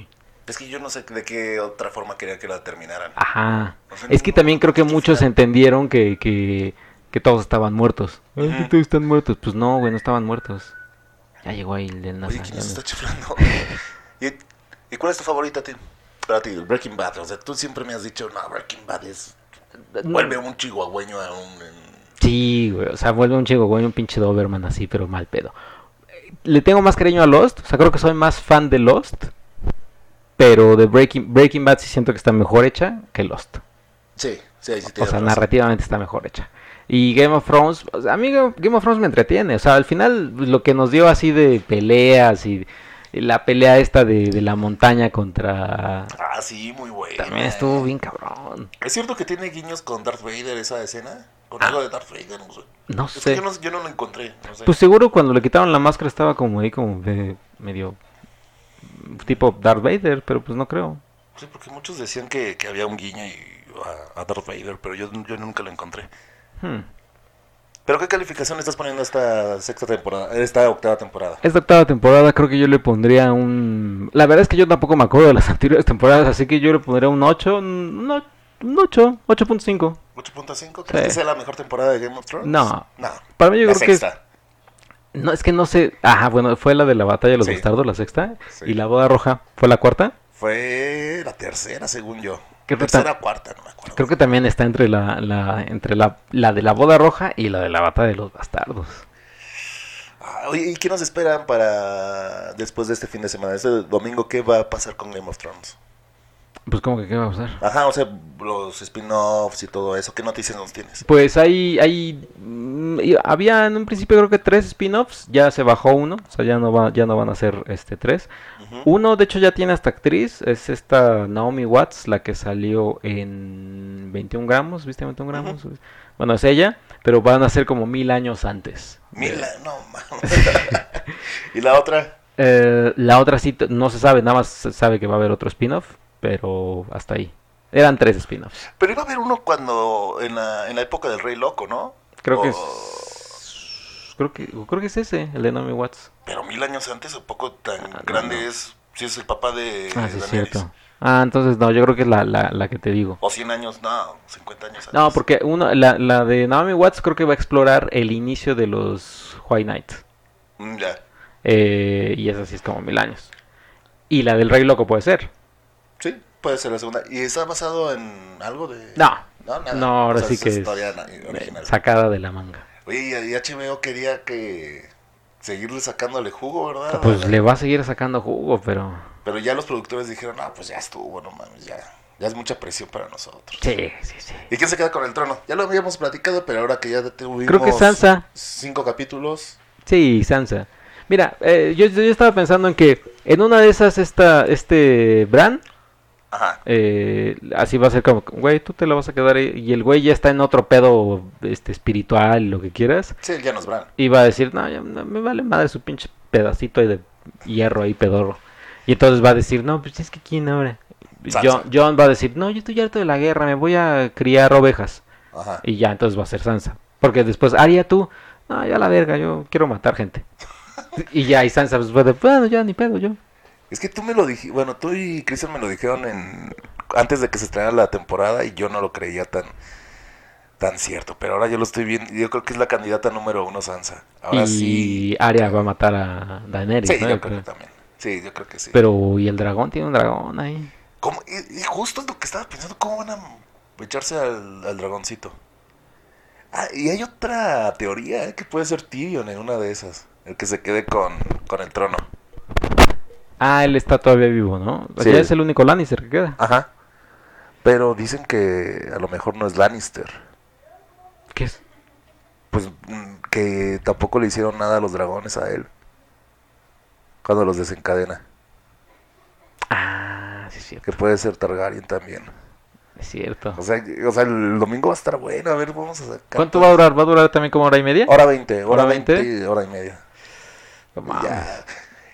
Speaker 1: Es que yo no sé de qué otra forma quería que la terminaran.
Speaker 2: Ah, ajá. Es que también creo que muchos entendieron que, que, que todos estaban muertos. Ay, que todos están muertos. Pues no, güey, no estaban muertos. Ya llegó ahí el del
Speaker 1: Oye,
Speaker 2: NASA.
Speaker 1: ¿quién
Speaker 2: ya
Speaker 1: nos
Speaker 2: me-
Speaker 1: está chiflando? ¿Y, y cuál es tu favorita, Tim? Para ti, Breaking Bad. O sea, tú siempre me has dicho, no, Breaking Bad es Vuelve un chihuahueño a un... en-
Speaker 2: Sí, güey, o sea, vuelve un chico, güey, un pinche Doberman así, pero mal pedo. Eh, Le tengo más cariño a Lost, o sea, creo que soy más fan de Lost, pero de Breaking, Breaking Bad sí siento que está mejor hecha que Lost.
Speaker 1: Sí, sí, ahí sí
Speaker 2: O
Speaker 1: tienes
Speaker 2: sea,
Speaker 1: razón.
Speaker 2: narrativamente está mejor hecha. Y Game of Thrones, o sea, a mí Game Game of Thrones me entretiene, o sea, al final lo que nos dio así de peleas y y la pelea esta de, de la montaña contra...
Speaker 1: Ah, sí, muy buena.
Speaker 2: También estuvo bien cabrón.
Speaker 1: ¿Es cierto que tiene guiños con Darth Vader esa escena? ¿Con
Speaker 2: Ah.
Speaker 1: algo de Darth Vader? No sé.
Speaker 2: No
Speaker 1: Es
Speaker 2: sé.
Speaker 1: que yo no, yo no lo encontré. No sé.
Speaker 2: Pues seguro cuando le quitaron la máscara estaba como ahí como de- medio tipo Darth Vader, pero pues no creo.
Speaker 1: Sí, porque muchos decían que, que había un guiño y- ah, a, a Darth Vader, pero yo, yo nunca lo encontré.
Speaker 2: Hmm.
Speaker 1: ¿Pero qué calificación le estás poniendo a esta sexta temporada? Esta octava temporada.
Speaker 2: Esta octava temporada creo que yo le pondría un... La verdad es que yo tampoco me acuerdo de las anteriores temporadas, así que yo le pondría un 8, un ocho- un 8, 8.5.
Speaker 1: ¿8.5?
Speaker 2: Sí.
Speaker 1: ¿Crees que sea la mejor temporada de Game of Thrones?
Speaker 2: No.
Speaker 1: No.
Speaker 2: Para mí yo
Speaker 1: la
Speaker 2: creo que es-
Speaker 1: sexta.
Speaker 2: No, es que no sé... Ajá, bueno, fue la de la batalla de los
Speaker 1: Sí.
Speaker 2: bastardos, la sexta.
Speaker 1: Sí.
Speaker 2: Y la boda roja fue la cuarta.
Speaker 1: Fue la tercera, según yo.
Speaker 2: ¿Qué fue
Speaker 1: tercera o cuarta, no me acuerdo.
Speaker 2: Creo que también está entre la, la- entre la, la de la boda roja y la de la batalla de los bastardos.
Speaker 1: Ah, Oye, ¿y qué nos esperan para después de este fin de semana? Este domingo, ¿qué va a pasar con Game of Thrones?
Speaker 2: Pues como que qué va a pasar.
Speaker 1: Ajá, o sea, los spin-offs y todo eso, ¿qué noticias nos tienes?
Speaker 2: Pues hay, hay, mm, y había en un principio creo que tres spin-offs, ya se bajó uno, o sea, ya no, va, ya no van a ser este tres.
Speaker 1: Ujú.
Speaker 2: Uno, de hecho, ya tiene hasta actriz, es esta Naomi Watts, la que salió en 21 gramos, ¿viste 21 gramos? Bueno, es ella, pero van a ser como mil años antes.
Speaker 1: Mila, no mames. ¿Y la otra?
Speaker 2: Eh, la otra sí, t- no se sabe, nada más se sabe que va a haber otro spin-off, pero hasta ahí. Eran tres spin-offs.
Speaker 1: Pero iba a haber uno cuando, en la, en la época del Rey Loco, ¿no?
Speaker 2: Creo que
Speaker 1: O-
Speaker 2: es... Creo que, creo que es ese, el de Naomi Watts.
Speaker 1: Pero mil años antes, ¿a poco tan
Speaker 2: Ah, no,
Speaker 1: grande
Speaker 2: no.
Speaker 1: es? Si es el papá de
Speaker 2: Ah, sí,
Speaker 1: Daenerys.
Speaker 2: es cierto. Ah, entonces no, yo creo que es la, la, la que te digo.
Speaker 1: O 100 años, no, 50 años antes.
Speaker 2: No, porque uno, la, la de Naomi Watts creo que va a explorar el inicio de los White Knights.
Speaker 1: Mm, Ya.
Speaker 2: Eh, y esa sí es como mil años. Y la del Rey Loco puede ser.
Speaker 1: Sí, puede ser la segunda. ¿Y está basado en algo de...?
Speaker 2: No.
Speaker 1: No, nada.
Speaker 2: No, ahora
Speaker 1: O sea,
Speaker 2: sí
Speaker 1: es
Speaker 2: que es
Speaker 1: historia na-
Speaker 2: eh,
Speaker 1: original.
Speaker 2: sacada de la manga.
Speaker 1: Oye, y y HBO quería que seguirle sacándole jugo,
Speaker 2: Ah,
Speaker 1: ¿verdad?
Speaker 2: Pues le va a seguir sacando jugo, pero...
Speaker 1: Pero ya los productores dijeron, no, pues ya estuvo, no mames, ya. Ya es mucha presión para nosotros.
Speaker 2: Sí, sí, sí.
Speaker 1: ¿Y quién se queda con el trono? Ya lo habíamos platicado, pero ahora que ya tuvimos
Speaker 2: Creo que Sansa.
Speaker 1: cinco capítulos.
Speaker 2: Sí, Sansa. Mira, eh, yo, yo estaba pensando en que en una de esas esta, este Bran,
Speaker 1: Ajá.
Speaker 2: eh, así va a ser como, güey, tú te la vas a quedar ahí", y el güey ya está en otro pedo este, espiritual, lo que quieras,
Speaker 1: Sí, el Llanos Bran.
Speaker 2: y va a decir, no, ya, no, me vale madre su pinche pedacito ahí de hierro ahí pedorro. Y entonces va a decir, no, pues es que quién ahora.
Speaker 1: Sansa.
Speaker 2: John, John va a decir, no, yo estoy harto de la guerra, me voy a criar ovejas.
Speaker 1: Ajá.
Speaker 2: Y ya, entonces va a ser Sansa. Porque después, Aria, tú, no, ya la verga, yo quiero matar gente. Y ya, y Sansa, pues, bueno, bueno, ya ni pedo, yo.
Speaker 1: Es que tú me lo dijiste, bueno, tú y Cristian me lo dijeron en antes de que se estrenara la temporada y yo no lo creía tan tan cierto, pero ahora yo lo estoy viendo, yo creo que es la candidata número uno Sansa. Ahora
Speaker 2: y
Speaker 1: sí.
Speaker 2: Arya va a matar a Daenerys,
Speaker 1: Sí,
Speaker 2: ¿no?
Speaker 1: yo creo que también. Sí, yo creo que sí.
Speaker 2: Pero, ¿y el dragón? Tiene un dragón ahí.
Speaker 1: ¿Cómo? Y, y justo es lo que estaba pensando, ¿cómo van a echarse al, al dragoncito? Ah, y hay otra teoría ¿eh? que puede ser Tyrion en una de esas, el que se quede con, con el trono.
Speaker 2: Ah, él está todavía vivo, ¿no? O sea,
Speaker 1: Sí. Ah.
Speaker 2: es el único Lannister que queda.
Speaker 1: Ajá. Pero dicen que a lo mejor no es Lannister.
Speaker 2: ¿Qué es?
Speaker 1: pues mm, que tampoco le hicieron nada a los dragones a él cuando los desencadena
Speaker 2: Ah, sí es cierto,
Speaker 1: que puede ser Targaryen también
Speaker 2: es cierto.
Speaker 1: o sea o sea el domingo va a estar bueno a ver vamos a sacar
Speaker 2: ¿Cuánto va a durar? ¿Va a durar también como hora y media?
Speaker 1: hora 20 hora
Speaker 2: ¿Hora
Speaker 1: 20,
Speaker 2: 20?
Speaker 1: hora y media
Speaker 2: No mames.
Speaker 1: ya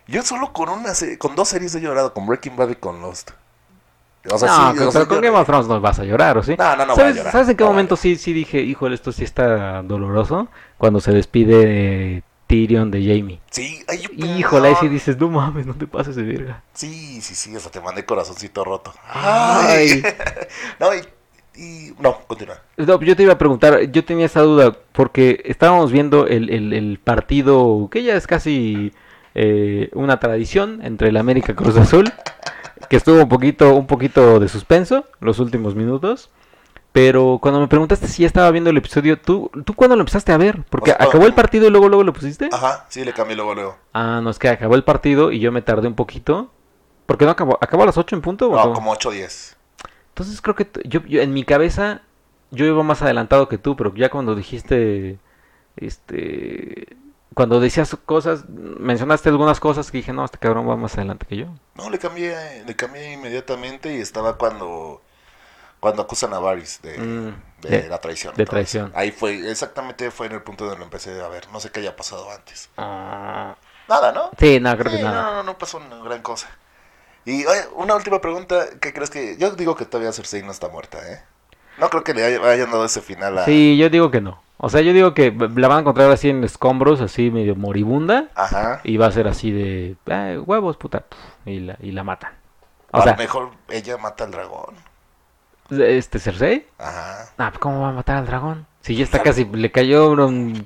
Speaker 1: yo solo con una se- con dos series he llorado con Breaking Bad y con Lost o sea,
Speaker 2: no,
Speaker 1: sí,
Speaker 2: con,
Speaker 1: o sea,
Speaker 2: con
Speaker 1: yo-
Speaker 2: Game of Thrones no vas a llorar, ¿o sí?
Speaker 1: No, no, no voy a
Speaker 2: ¿Sabes,
Speaker 1: llorar,
Speaker 2: ¿Sabes en qué
Speaker 1: no voy a
Speaker 2: momento sí, sí dije, híjole, esto sí está doloroso? Cuando se despide eh, Tyrion de Jamie.
Speaker 1: sí ay, yo-
Speaker 2: Híjole, ahí sí
Speaker 1: no.
Speaker 2: dices, no mames, no te pases de verga.
Speaker 1: sí sí sí o sea, te mandé corazoncito roto
Speaker 2: Ay.
Speaker 1: no y, y- no continúa
Speaker 2: No, yo te iba a preguntar, yo tenía esa duda, porque estábamos viendo el, el- el partido, que ya es casi eh, una tradición entre el América Cruz Azul, que estuvo un poquito, un poquito de suspenso los últimos minutos. Pero cuando me preguntaste si ya estaba viendo el episodio, ¿tú, ¿tú cuándo lo empezaste a ver? Porque
Speaker 1: O sea,
Speaker 2: acabó el partido y luego luego lo pusiste.
Speaker 1: ajá sí le cambié luego luego
Speaker 2: Ah, no, es que acabó el partido y yo me tardé un poquito. Porque no acabó, acabó a las 8 en punto. o
Speaker 1: no
Speaker 2: acabó?
Speaker 1: como 8 o 10
Speaker 2: Entonces creo que t- yo, yo- en mi cabeza yo iba más adelantado que tú, pero ya cuando dijiste este cuando decías cosas, mencionaste algunas cosas que dije, "No, este cabrón va más adelante que yo."
Speaker 1: No, le cambié, le cambié inmediatamente y estaba cuando cuando acusan a Varys de,
Speaker 2: Mm,
Speaker 1: de
Speaker 2: de-
Speaker 1: la traición.
Speaker 2: de
Speaker 1: y todo eso.
Speaker 2: traición.
Speaker 1: Ahí fue, exactamente fue en el punto donde lo empecé a ver. No sé qué haya pasado antes.
Speaker 2: Ah,
Speaker 1: Nada, ¿no?
Speaker 2: sí, no, creo
Speaker 1: Sí,
Speaker 2: que
Speaker 1: no,
Speaker 2: nada.
Speaker 1: no, no, no pasó una gran cosa. Y oye, una última pregunta, ¿qué crees que...? Yo digo que todavía Cersei no está muerta, ¿eh? No creo que le haya- hayan dado ese final a...
Speaker 2: Sí, yo digo que no. O sea, yo digo que b- la van a encontrar así en escombros, así medio moribunda
Speaker 1: Ajá.
Speaker 2: y va a ser así de "Ay, huevos, puta, pf", y la y la matan. O
Speaker 1: a
Speaker 2: sea,
Speaker 1: lo mejor ella mata al dragón.
Speaker 2: este Cersei,
Speaker 1: Ajá.
Speaker 2: ah, ¿cómo va a matar al dragón? Si ya está casi le cayó un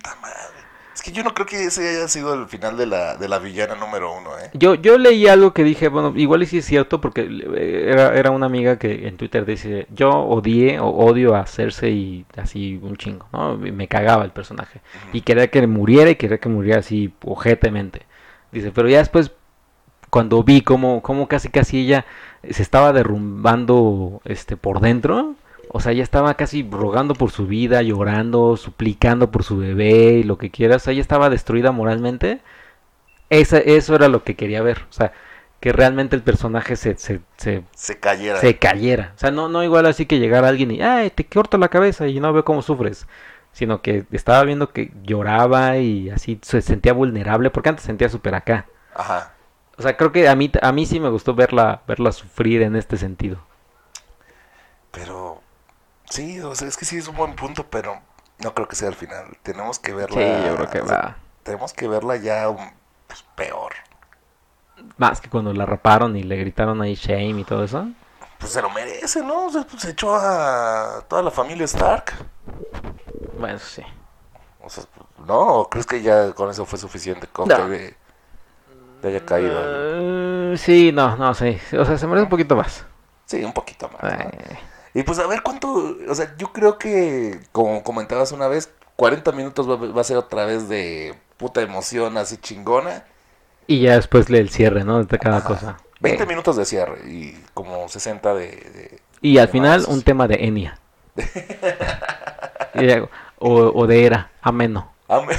Speaker 1: Es que yo no creo que ese haya sido el final de la, de la villana número uno, ¿eh?
Speaker 2: Yo, yo leí algo que dije, bueno, igual y sí es cierto, porque eh, era, era una amiga que en Twitter dice, yo odié o odio a Cersei así un chingo, ¿no? Me cagaba el personaje. Y quería que muriera y quería que muriera así ojetemente. Dice, pero ya después, cuando vi cómo, cómo casi casi ella se estaba derrumbando este por dentro, o sea, ya estaba casi rogando por su vida, llorando, suplicando por su bebé y lo que quieras, o sea, ella estaba destruida moralmente. Esa, eso era lo que quería ver. O sea, que realmente el personaje se, se, se,
Speaker 1: Se cayera.
Speaker 2: se cayera. O sea, no, no igual así que llegara alguien y, ay, te corto la cabeza y no veo cómo sufres. Sino que estaba viendo que lloraba y así se sentía vulnerable, porque antes se sentía súper acá.
Speaker 1: Ajá.
Speaker 2: O sea, creo que a mí, a mí sí me gustó verla, verla sufrir en este sentido.
Speaker 1: Pero sí, o sea, es que sí es un buen punto, pero no creo que sea el final. Tenemos que verla.
Speaker 2: Sí, yo creo que
Speaker 1: o sea,
Speaker 2: va.
Speaker 1: tenemos que verla ya um, pues, peor.
Speaker 2: Más que cuando la raparon y le gritaron ahí shame y todo eso.
Speaker 1: Pues se lo merece, ¿no? O sea, pues, se echó a toda la familia Stark.
Speaker 2: Bueno, eso sí.
Speaker 1: O sea, ¿no? ¿O crees que ya con eso fue suficiente con
Speaker 2: No.
Speaker 1: que le- le haya caído? el-
Speaker 2: Eh, sí, no, no, sí. O sea, se merece un poquito más.
Speaker 1: Sí, un poquito más. ¿no?
Speaker 2: Eh,
Speaker 1: Y pues a ver cuánto, o sea, yo creo que, como comentabas una vez, 40 minutos va, va a ser otra vez de puta emoción así chingona.
Speaker 2: Y ya después le el cierre, ¿no? De cada
Speaker 1: Ajá.
Speaker 2: cosa. Eh,
Speaker 1: 20 minutos de cierre y como 60 de... de-
Speaker 2: Y al
Speaker 1: de
Speaker 2: final
Speaker 1: madrazos.
Speaker 2: un tema de Enya. Y luego, o, o de Era, ameno.
Speaker 1: Ah, me-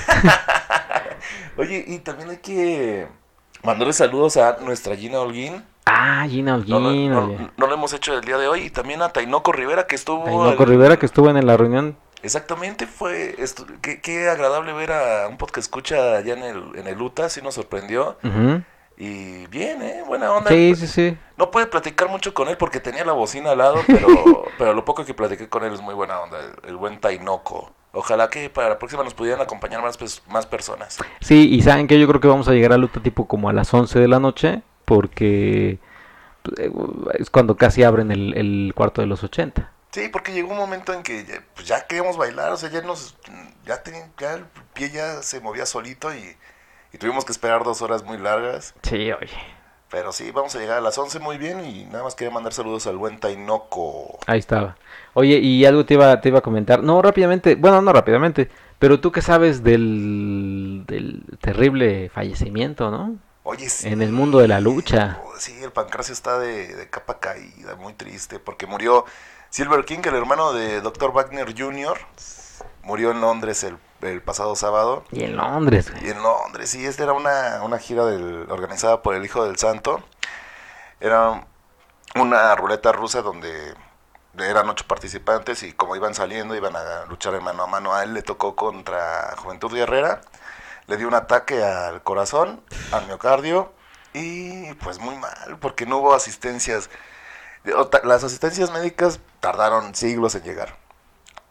Speaker 1: Oye, y también hay que mandarle saludos a nuestra Gina Holguín.
Speaker 2: Ah, Gina
Speaker 1: No, lo-
Speaker 2: Holguín.
Speaker 1: no-
Speaker 2: oye.
Speaker 1: no lo hemos hecho el día de hoy. Y también a Tainoco Rivera que estuvo...
Speaker 2: Tainoco
Speaker 1: el-
Speaker 2: Rivera que estuvo en la reunión.
Speaker 1: Exactamente, fue... estu- Qué, qué agradable ver a un pod que escucha allá en el, en el UTA, sí nos sorprendió.
Speaker 2: Ujú.
Speaker 1: Y bien, ¿eh? Buena onda.
Speaker 2: Sí, sí, sí.
Speaker 1: No pude platicar mucho con él porque tenía la bocina al lado, pero, pero lo poco que platiqué con él es muy buena onda, el, el buen Tainoco. Ojalá que para la próxima nos pudieran acompañar más, pers- más personas.
Speaker 2: Sí, y saben que yo creo que vamos a llegar a Luta tipo como a las 11 de la noche, porque eh, es cuando casi abren el, el cuarto de los 80.
Speaker 1: Sí, porque llegó un momento en que ya, pues ya queríamos bailar, o sea, ya nos, ya, tenía- ya el pie ya se movía solito y, y tuvimos que esperar dos horas muy largas.
Speaker 2: Sí, oye.
Speaker 1: Pero sí, vamos a llegar a las 11 muy bien y nada más quería mandar saludos al buen Tainoco.
Speaker 2: Ahí estaba. Oye, y algo te iba, te iba a comentar. No, rápidamente, bueno, no rápidamente, pero tú qué sabes del, del terrible fallecimiento, ¿no?
Speaker 1: Oye, sí.
Speaker 2: En el mundo de la lucha.
Speaker 1: Oh, Sí, el pancracio está de, de capa caída, muy triste, porque murió Silver King, el hermano de Dr. Wagner Jr., murió en Londres el, el pasado sábado.
Speaker 2: Y en Londres, güey.
Speaker 1: Y en Londres, sí, esta era una, una gira del- organizada por el Hijo del Santo. Era una ruleta rusa donde eran ocho participantes y como iban saliendo, iban a luchar en mano a mano. A él le tocó contra Juventud Guerrera, le dio un ataque al corazón, al miocardio y pues muy mal porque no hubo asistencias. O ta- Las asistencias médicas tardaron siglos en llegar.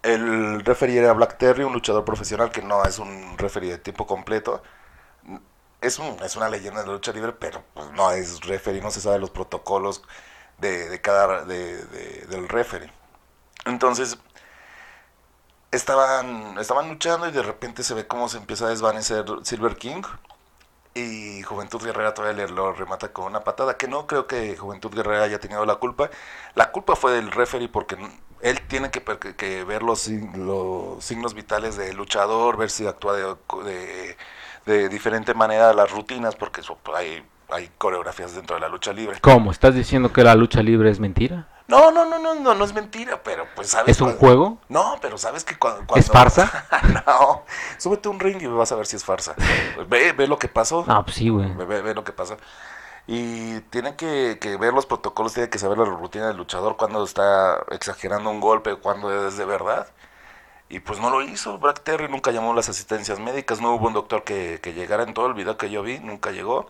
Speaker 1: El referee era Black Terry, un luchador profesional que no es un referee de tiempo completo. Es, un, es una leyenda de la lucha libre, pero pues, no es referee, no se sabe los protocolos de, de cada de- de- del referee. Entonces, estaban, estaban luchando y de repente se ve cómo se empieza a desvanecer Silver King. Y Juventud Guerrera todavía le lo remata con una patada, que no creo que Juventud Guerrera haya tenido la culpa. La culpa fue del referee porque n- él tiene que, per- que ver los, sig- los signos vitales del luchador, ver si actúa de, de- de diferente manera las rutinas, porque eso, pues, hay, hay coreografías dentro de la lucha libre.
Speaker 2: ¿Cómo? ¿Estás diciendo que la lucha libre es mentira?
Speaker 1: No, no, no, no, no, no es mentira, pero pues sabes.
Speaker 2: ¿Es un
Speaker 1: cuando-
Speaker 2: juego?
Speaker 1: No, pero sabes que cuando.
Speaker 2: ¿Es
Speaker 1: cuando-
Speaker 2: farsa?
Speaker 1: no, súbete a un ring y vas a ver si es farsa. Ve, ve lo que pasó.
Speaker 2: Ah, pues sí, güey.
Speaker 1: Ve, ve- ve lo que pasa. Y tienen que, que ver los protocolos, tienen que saber la rutina del luchador, cuando está exagerando un golpe, cuando es de verdad. Y pues no lo hizo. Brack Terry nunca llamó a las asistencias médicas, no hubo un doctor que, que llegara en todo el video que yo vi, nunca llegó.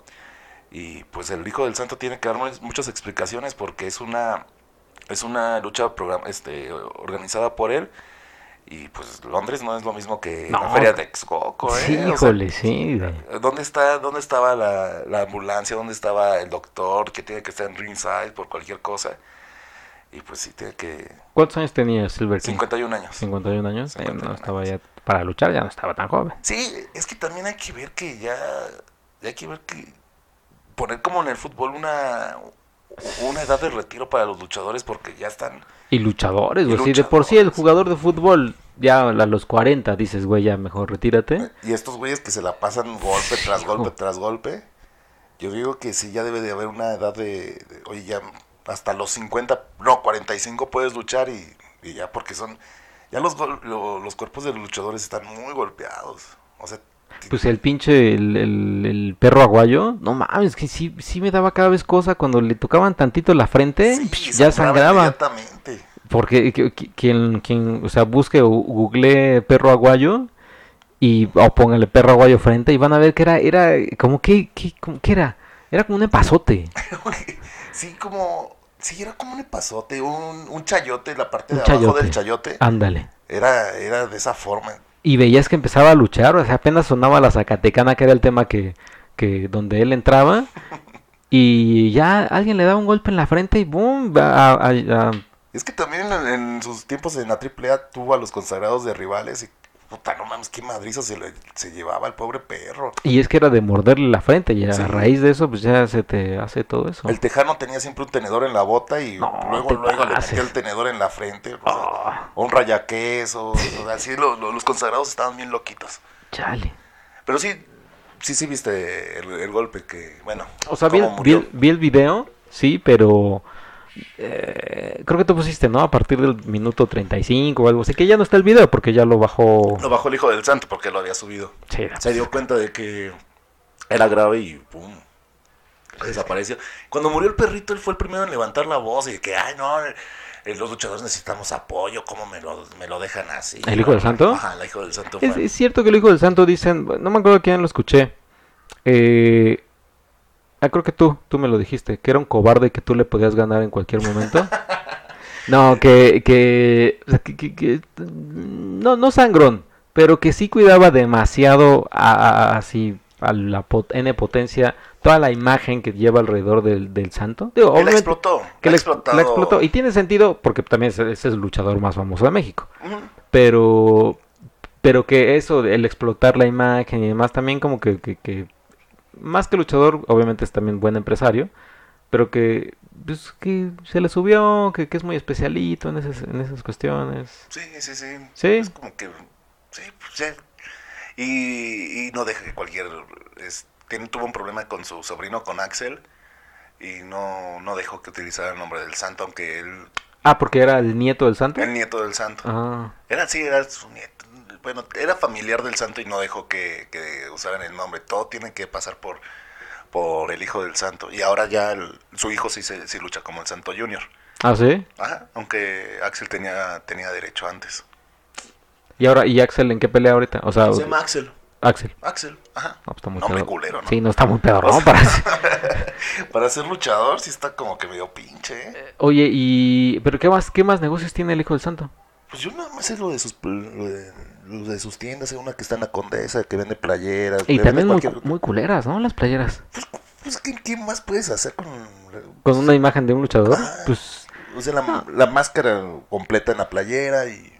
Speaker 1: Y pues el hijo del santo tiene que dar mu- muchas explicaciones porque es una, es una lucha program- este, organizada por él. Y pues Londres no es lo mismo que la
Speaker 2: No.
Speaker 1: feria de Texcoco, ¿eh?
Speaker 2: Sí,
Speaker 1: O sea,
Speaker 2: híjole, sí, güey.
Speaker 1: ¿Dónde, está, ¿Dónde estaba la, la ambulancia? ¿Dónde estaba el doctor que tiene que estar en ringside por cualquier cosa? Y pues sí, tiene que...
Speaker 2: ¿Cuántos años tenía Silver King?
Speaker 1: 51 años.
Speaker 2: 51 años. Eh,
Speaker 1: 51
Speaker 2: no estaba
Speaker 1: años.
Speaker 2: ya para luchar, ya no estaba tan joven.
Speaker 1: Sí, es que también hay que ver que ya... ya hay que ver que... Poner como en el fútbol una, una edad de retiro para los luchadores porque ya están...
Speaker 2: Y luchadores,
Speaker 1: Y
Speaker 2: güey. Si de por sí el
Speaker 1: luchadores.
Speaker 2: jugador de fútbol ya a los 40 dices, güey, ya mejor retírate.
Speaker 1: Y estos güeyes que se la pasan golpe tras golpe tras golpe. Yo digo que sí, ya debe de haber una edad de, de- oye, ya hasta los 50, no, 45 puedes luchar y, y ya, porque son, ya los, gol- lo- los cuerpos de los luchadores están muy golpeados. O sea, ti-
Speaker 2: Pues el pinche, el, el- el perro aguayo, no mames, que sí, sí me daba cada vez cosa cuando le tocaban tantito la frente,
Speaker 1: sí,
Speaker 2: psh, pues, ya sangraba.
Speaker 1: inmediatamente.
Speaker 2: Porque eh, que- que- quien, quien, o sea, busque o google perro aguayo y o póngale perro aguayo frente y van a ver que era, era, como que, que como que era, era como un epazote.
Speaker 1: sí, como, sí, era como un epazote, un, un chayote, la parte
Speaker 2: Un
Speaker 1: de abajo
Speaker 2: chayote. Ah.
Speaker 1: del chayote,
Speaker 2: Ándale.
Speaker 1: era, era de esa forma.
Speaker 2: y veías que empezaba a luchar, o sea, apenas sonaba la Zacatecana, que era el tema que, que donde él entraba, y ya alguien le daba un golpe en la frente y ¡boom! va a- a- a-
Speaker 1: Es que también en, en sus tiempos en la AAA tuvo a los consagrados de rivales y puta, no mames, qué madriza se, le- se llevaba el pobre perro.
Speaker 2: y es que era de morderle la frente, y a
Speaker 1: Sí.
Speaker 2: raíz de eso, pues ya se te hace todo eso.
Speaker 1: El tejano tenía siempre un tenedor en la bota y
Speaker 2: No,
Speaker 1: luego,
Speaker 2: te
Speaker 1: luego le
Speaker 2: pases.
Speaker 1: metía el tenedor en la frente. o sea,
Speaker 2: Ah,
Speaker 1: o un rayaqueso, o sea, así lo- lo- los consagrados estaban bien loquitos.
Speaker 2: chale.
Speaker 1: Pero sí, sí, sí viste el, el golpe que, bueno.
Speaker 2: O sea, vi,
Speaker 1: cómo
Speaker 2: vi
Speaker 1: murió.
Speaker 2: el- vi el video, sí, pero eh, creo que tú pusiste, ¿no? A partir del minuto 35 o algo así, que ya no está el video porque ya lo bajó.
Speaker 1: Lo bajó el hijo del santo porque lo había subido.
Speaker 2: Sí,
Speaker 1: Se dio cuenta de que era grave y pum. Desapareció. Cuando murió el perrito, él fue el primero en levantar la voz y de que, ay, no, eh, los luchadores necesitamos apoyo, ¿cómo me lo, me lo dejan así?
Speaker 2: ¿El hijo del santo?
Speaker 1: Ajá, el hijo del santo.
Speaker 2: Es,
Speaker 1: fue-
Speaker 2: es cierto que el hijo del santo dicen, no me acuerdo quién lo escuché. Eh, ah, creo que tú, tú me lo dijiste, que era un cobarde que tú le podías ganar en cualquier momento. No, que, que, o sea, que- que- que- no, no sangrón, pero que sí cuidaba demasiado a- a- a- así a la pot- n potencia toda la imagen que lleva alrededor del, del santo. Digo,
Speaker 1: Él la
Speaker 2: obviamente
Speaker 1: explotó.
Speaker 2: que
Speaker 1: la
Speaker 2: la, ex-
Speaker 1: explotado.
Speaker 2: la explotó y tiene sentido porque también es- es el luchador más famoso de México
Speaker 1: Ujú.
Speaker 2: pero pero que eso el explotar la imagen y demás también como que, que- que más que luchador obviamente es también buen empresario pero que pues, que se le subió que, que es muy especialito en esas, en esas cuestiones
Speaker 1: Sí, sí, sí.
Speaker 2: Sí.
Speaker 1: Es como que. Sí, pues sí. Y, y no deja que cualquier. es- tiene- tuvo un problema con su sobrino, con Axel. Y no, no dejó que utilizara el nombre del santo, aunque él.
Speaker 2: ah porque era el nieto del santo
Speaker 1: El nieto del santo.
Speaker 2: ah
Speaker 1: Era, sí, era su nieto. Bueno, era familiar del santo y no dejó que, que usaran el nombre. Todo tiene que pasar por por el hijo del santo. Y ahora ya el- su hijo sí, se, sí lucha como el santo junior.
Speaker 2: ah sí
Speaker 1: Ajá, aunque Axel tenía, tenía derecho antes.
Speaker 2: y ahora y Axel en qué pelea ahorita o sea
Speaker 1: Se llama Axel.
Speaker 2: Axel
Speaker 1: Axel, ajá.
Speaker 2: no, pues, está muy
Speaker 1: Nombre
Speaker 2: pedo-
Speaker 1: culero, ¿no?
Speaker 2: sí no está muy pedorrón para
Speaker 1: Para ser luchador sí está como que medio pinche. ¿eh?
Speaker 2: oye y pero qué más qué más negocios tiene el hijo del santo
Speaker 1: Pues yo nada más sé lo de sus lo de, lo de sus tiendas, hay una que está en la Condesa que vende playeras,
Speaker 2: y
Speaker 1: vende
Speaker 2: también muy,
Speaker 1: Pues cualquier-
Speaker 2: muy culeras no las playeras
Speaker 1: pues ¿qué, qué más puedes hacer con
Speaker 2: con una imagen de un luchador, pues
Speaker 1: o sea, la, la máscara completa en la playera y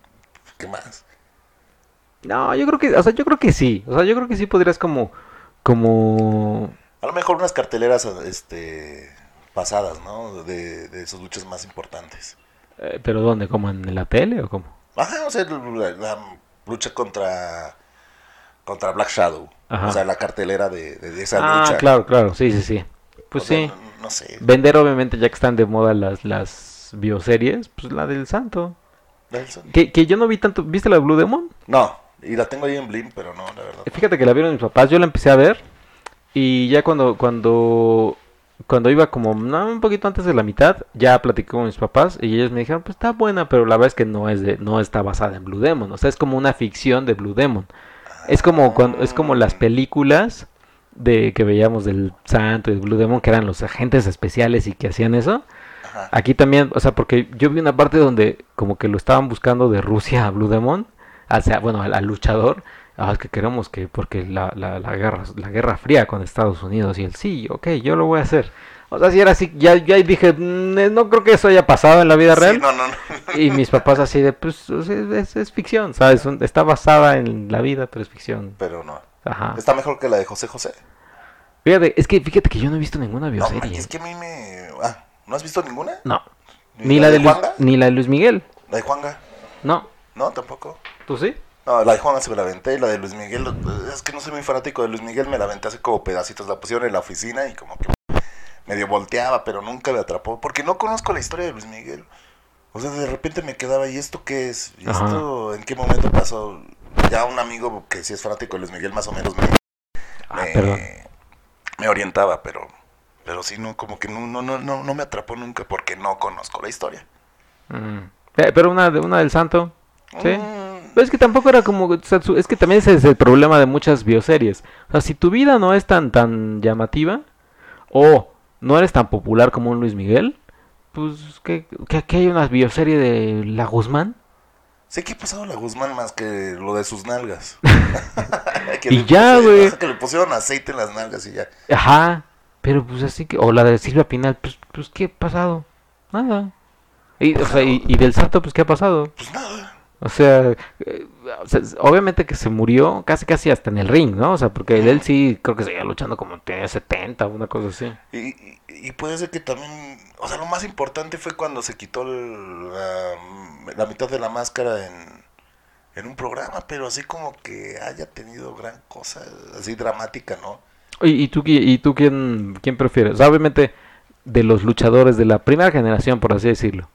Speaker 1: qué más?
Speaker 2: no, yo creo que, o sea, yo creo que sí, o sea, yo creo que sí podrías como como
Speaker 1: A lo mejor unas carteleras este pasadas, ¿no? De, de sus luchas más importantes.
Speaker 2: eh, pero dónde, como en la tele o cómo?
Speaker 1: Ajá, o sea, la, la lucha contra contra Black Shadow.
Speaker 2: Ajá.
Speaker 1: O sea, la cartelera de, de- de esa
Speaker 2: Ah,
Speaker 1: lucha.
Speaker 2: claro, claro, sí, sí, sí. Pues
Speaker 1: O sea,
Speaker 2: sí.
Speaker 1: No, no sé.
Speaker 2: Vender obviamente ya que están de moda las las bioseries, pues la del Santo.
Speaker 1: Nelson.
Speaker 2: Que, que yo no vi tanto, ¿viste la de Blue Demon?
Speaker 1: No, y la tengo ahí en Blim, pero no, la verdad.
Speaker 2: Eh, Fíjate que la vieron mis papás, yo la empecé a ver y ya cuando cuando cuando iba como no, un poquito antes de la mitad, ya platicé con mis papás y ellos me dijeron, "Pues está buena, pero la verdad es que no es de no está basada en Blue Demon, o sea, es como una ficción de Blue Demon. Es como cuando es
Speaker 1: Ah.
Speaker 2: como las películas de que veíamos del Santo y de Blue Demon que eran los agentes especiales y que hacían eso.
Speaker 1: Ajá.
Speaker 2: Aquí también, o sea, porque yo vi una parte donde como que lo estaban buscando de Rusia a Blue Demon, o sea, bueno, al, al luchador. Ah, es que queremos que, porque la, la, la guerra, la guerra fría con Estados Unidos y él, sí, ok, yo lo voy a hacer. O sea, si era así, ya, ya dije, "Mm, no creo que eso haya pasado en la vida
Speaker 1: Sí,
Speaker 2: real.
Speaker 1: no, no, no.
Speaker 2: Y mis papás así de, pues, o sea, es, es ficción, ¿sabes? Un- Está basada en la vida, pero es ficción.
Speaker 1: Pero no.
Speaker 2: Ajá.
Speaker 1: Está mejor que la de José José.
Speaker 2: Fíjate, es que, fíjate que yo no he visto ninguna
Speaker 1: No,
Speaker 2: bioserie.
Speaker 1: es que a mí me. Ah, ¿no has visto ninguna?
Speaker 2: No. Ni la de Luis,
Speaker 1: Juanga?
Speaker 2: ni la de Luis Miguel.
Speaker 1: La de Juanga.
Speaker 2: No.
Speaker 1: No, tampoco.
Speaker 2: ¿Tú sí?
Speaker 1: No, la de Juanga se me la aventé y la de Luis Miguel. Es que no soy muy fanático de Luis Miguel, me la aventé así como pedacitos. La pusieron en la oficina y como que medio volteaba, pero nunca me atrapó. Porque no conozco la historia de Luis Miguel. O sea, de repente me quedaba, ¿y esto qué es? ¿Y
Speaker 2: Ajá.
Speaker 1: esto en qué momento pasó? Ya un amigo que sí es fanático de Luis Miguel, más o menos me,
Speaker 2: Ah,
Speaker 1: me-
Speaker 2: perdón.
Speaker 1: me orientaba, pero. Pero sí, no, como que no, no, no, no no me atrapó nunca porque no conozco la historia.
Speaker 2: Mm. Eh, Pero una, de- una del santo. Sí. Pues-
Speaker 1: Mm,
Speaker 2: Pero es que tampoco era como. o sea, su- es que también ese es el problema de muchas bioseries. O sea, si tu vida no es tan, tan llamativa. O no eres tan popular como un Luis Miguel. Pues que, que aquí hay una bioserie de La Guzmán.
Speaker 1: Sé que ha pasado la Guzmán más que lo de sus nalgas. Que
Speaker 2: Y
Speaker 1: le
Speaker 2: ya,
Speaker 1: pusieron-
Speaker 2: güey.
Speaker 1: Que le pusieron aceite en las nalgas y ya.
Speaker 2: Ajá. Pero pues así que. O la de Silvia Pinal. Pues, pues ¿qué ha pasado? Nada. Y, o sea, y- y del santo, pues ¿qué ha pasado?
Speaker 1: Pues nada.
Speaker 2: O sea, eh, o sea, s- obviamente que se murió casi casi hasta en el ring, ¿no? O sea, porque él sí creo que seguía luchando como tenía 70 o una cosa así.
Speaker 1: Y, y- y puede ser que también. O sea, lo más importante fue cuando se quitó el- la, la mitad de la máscara en, en un programa, pero así como que haya tenido gran cosa, así dramática, ¿no?
Speaker 2: ¿Y, y tú, qui- y tú quién, quién prefieres? O sea, obviamente, de los luchadores de la primera generación, por así decirlo.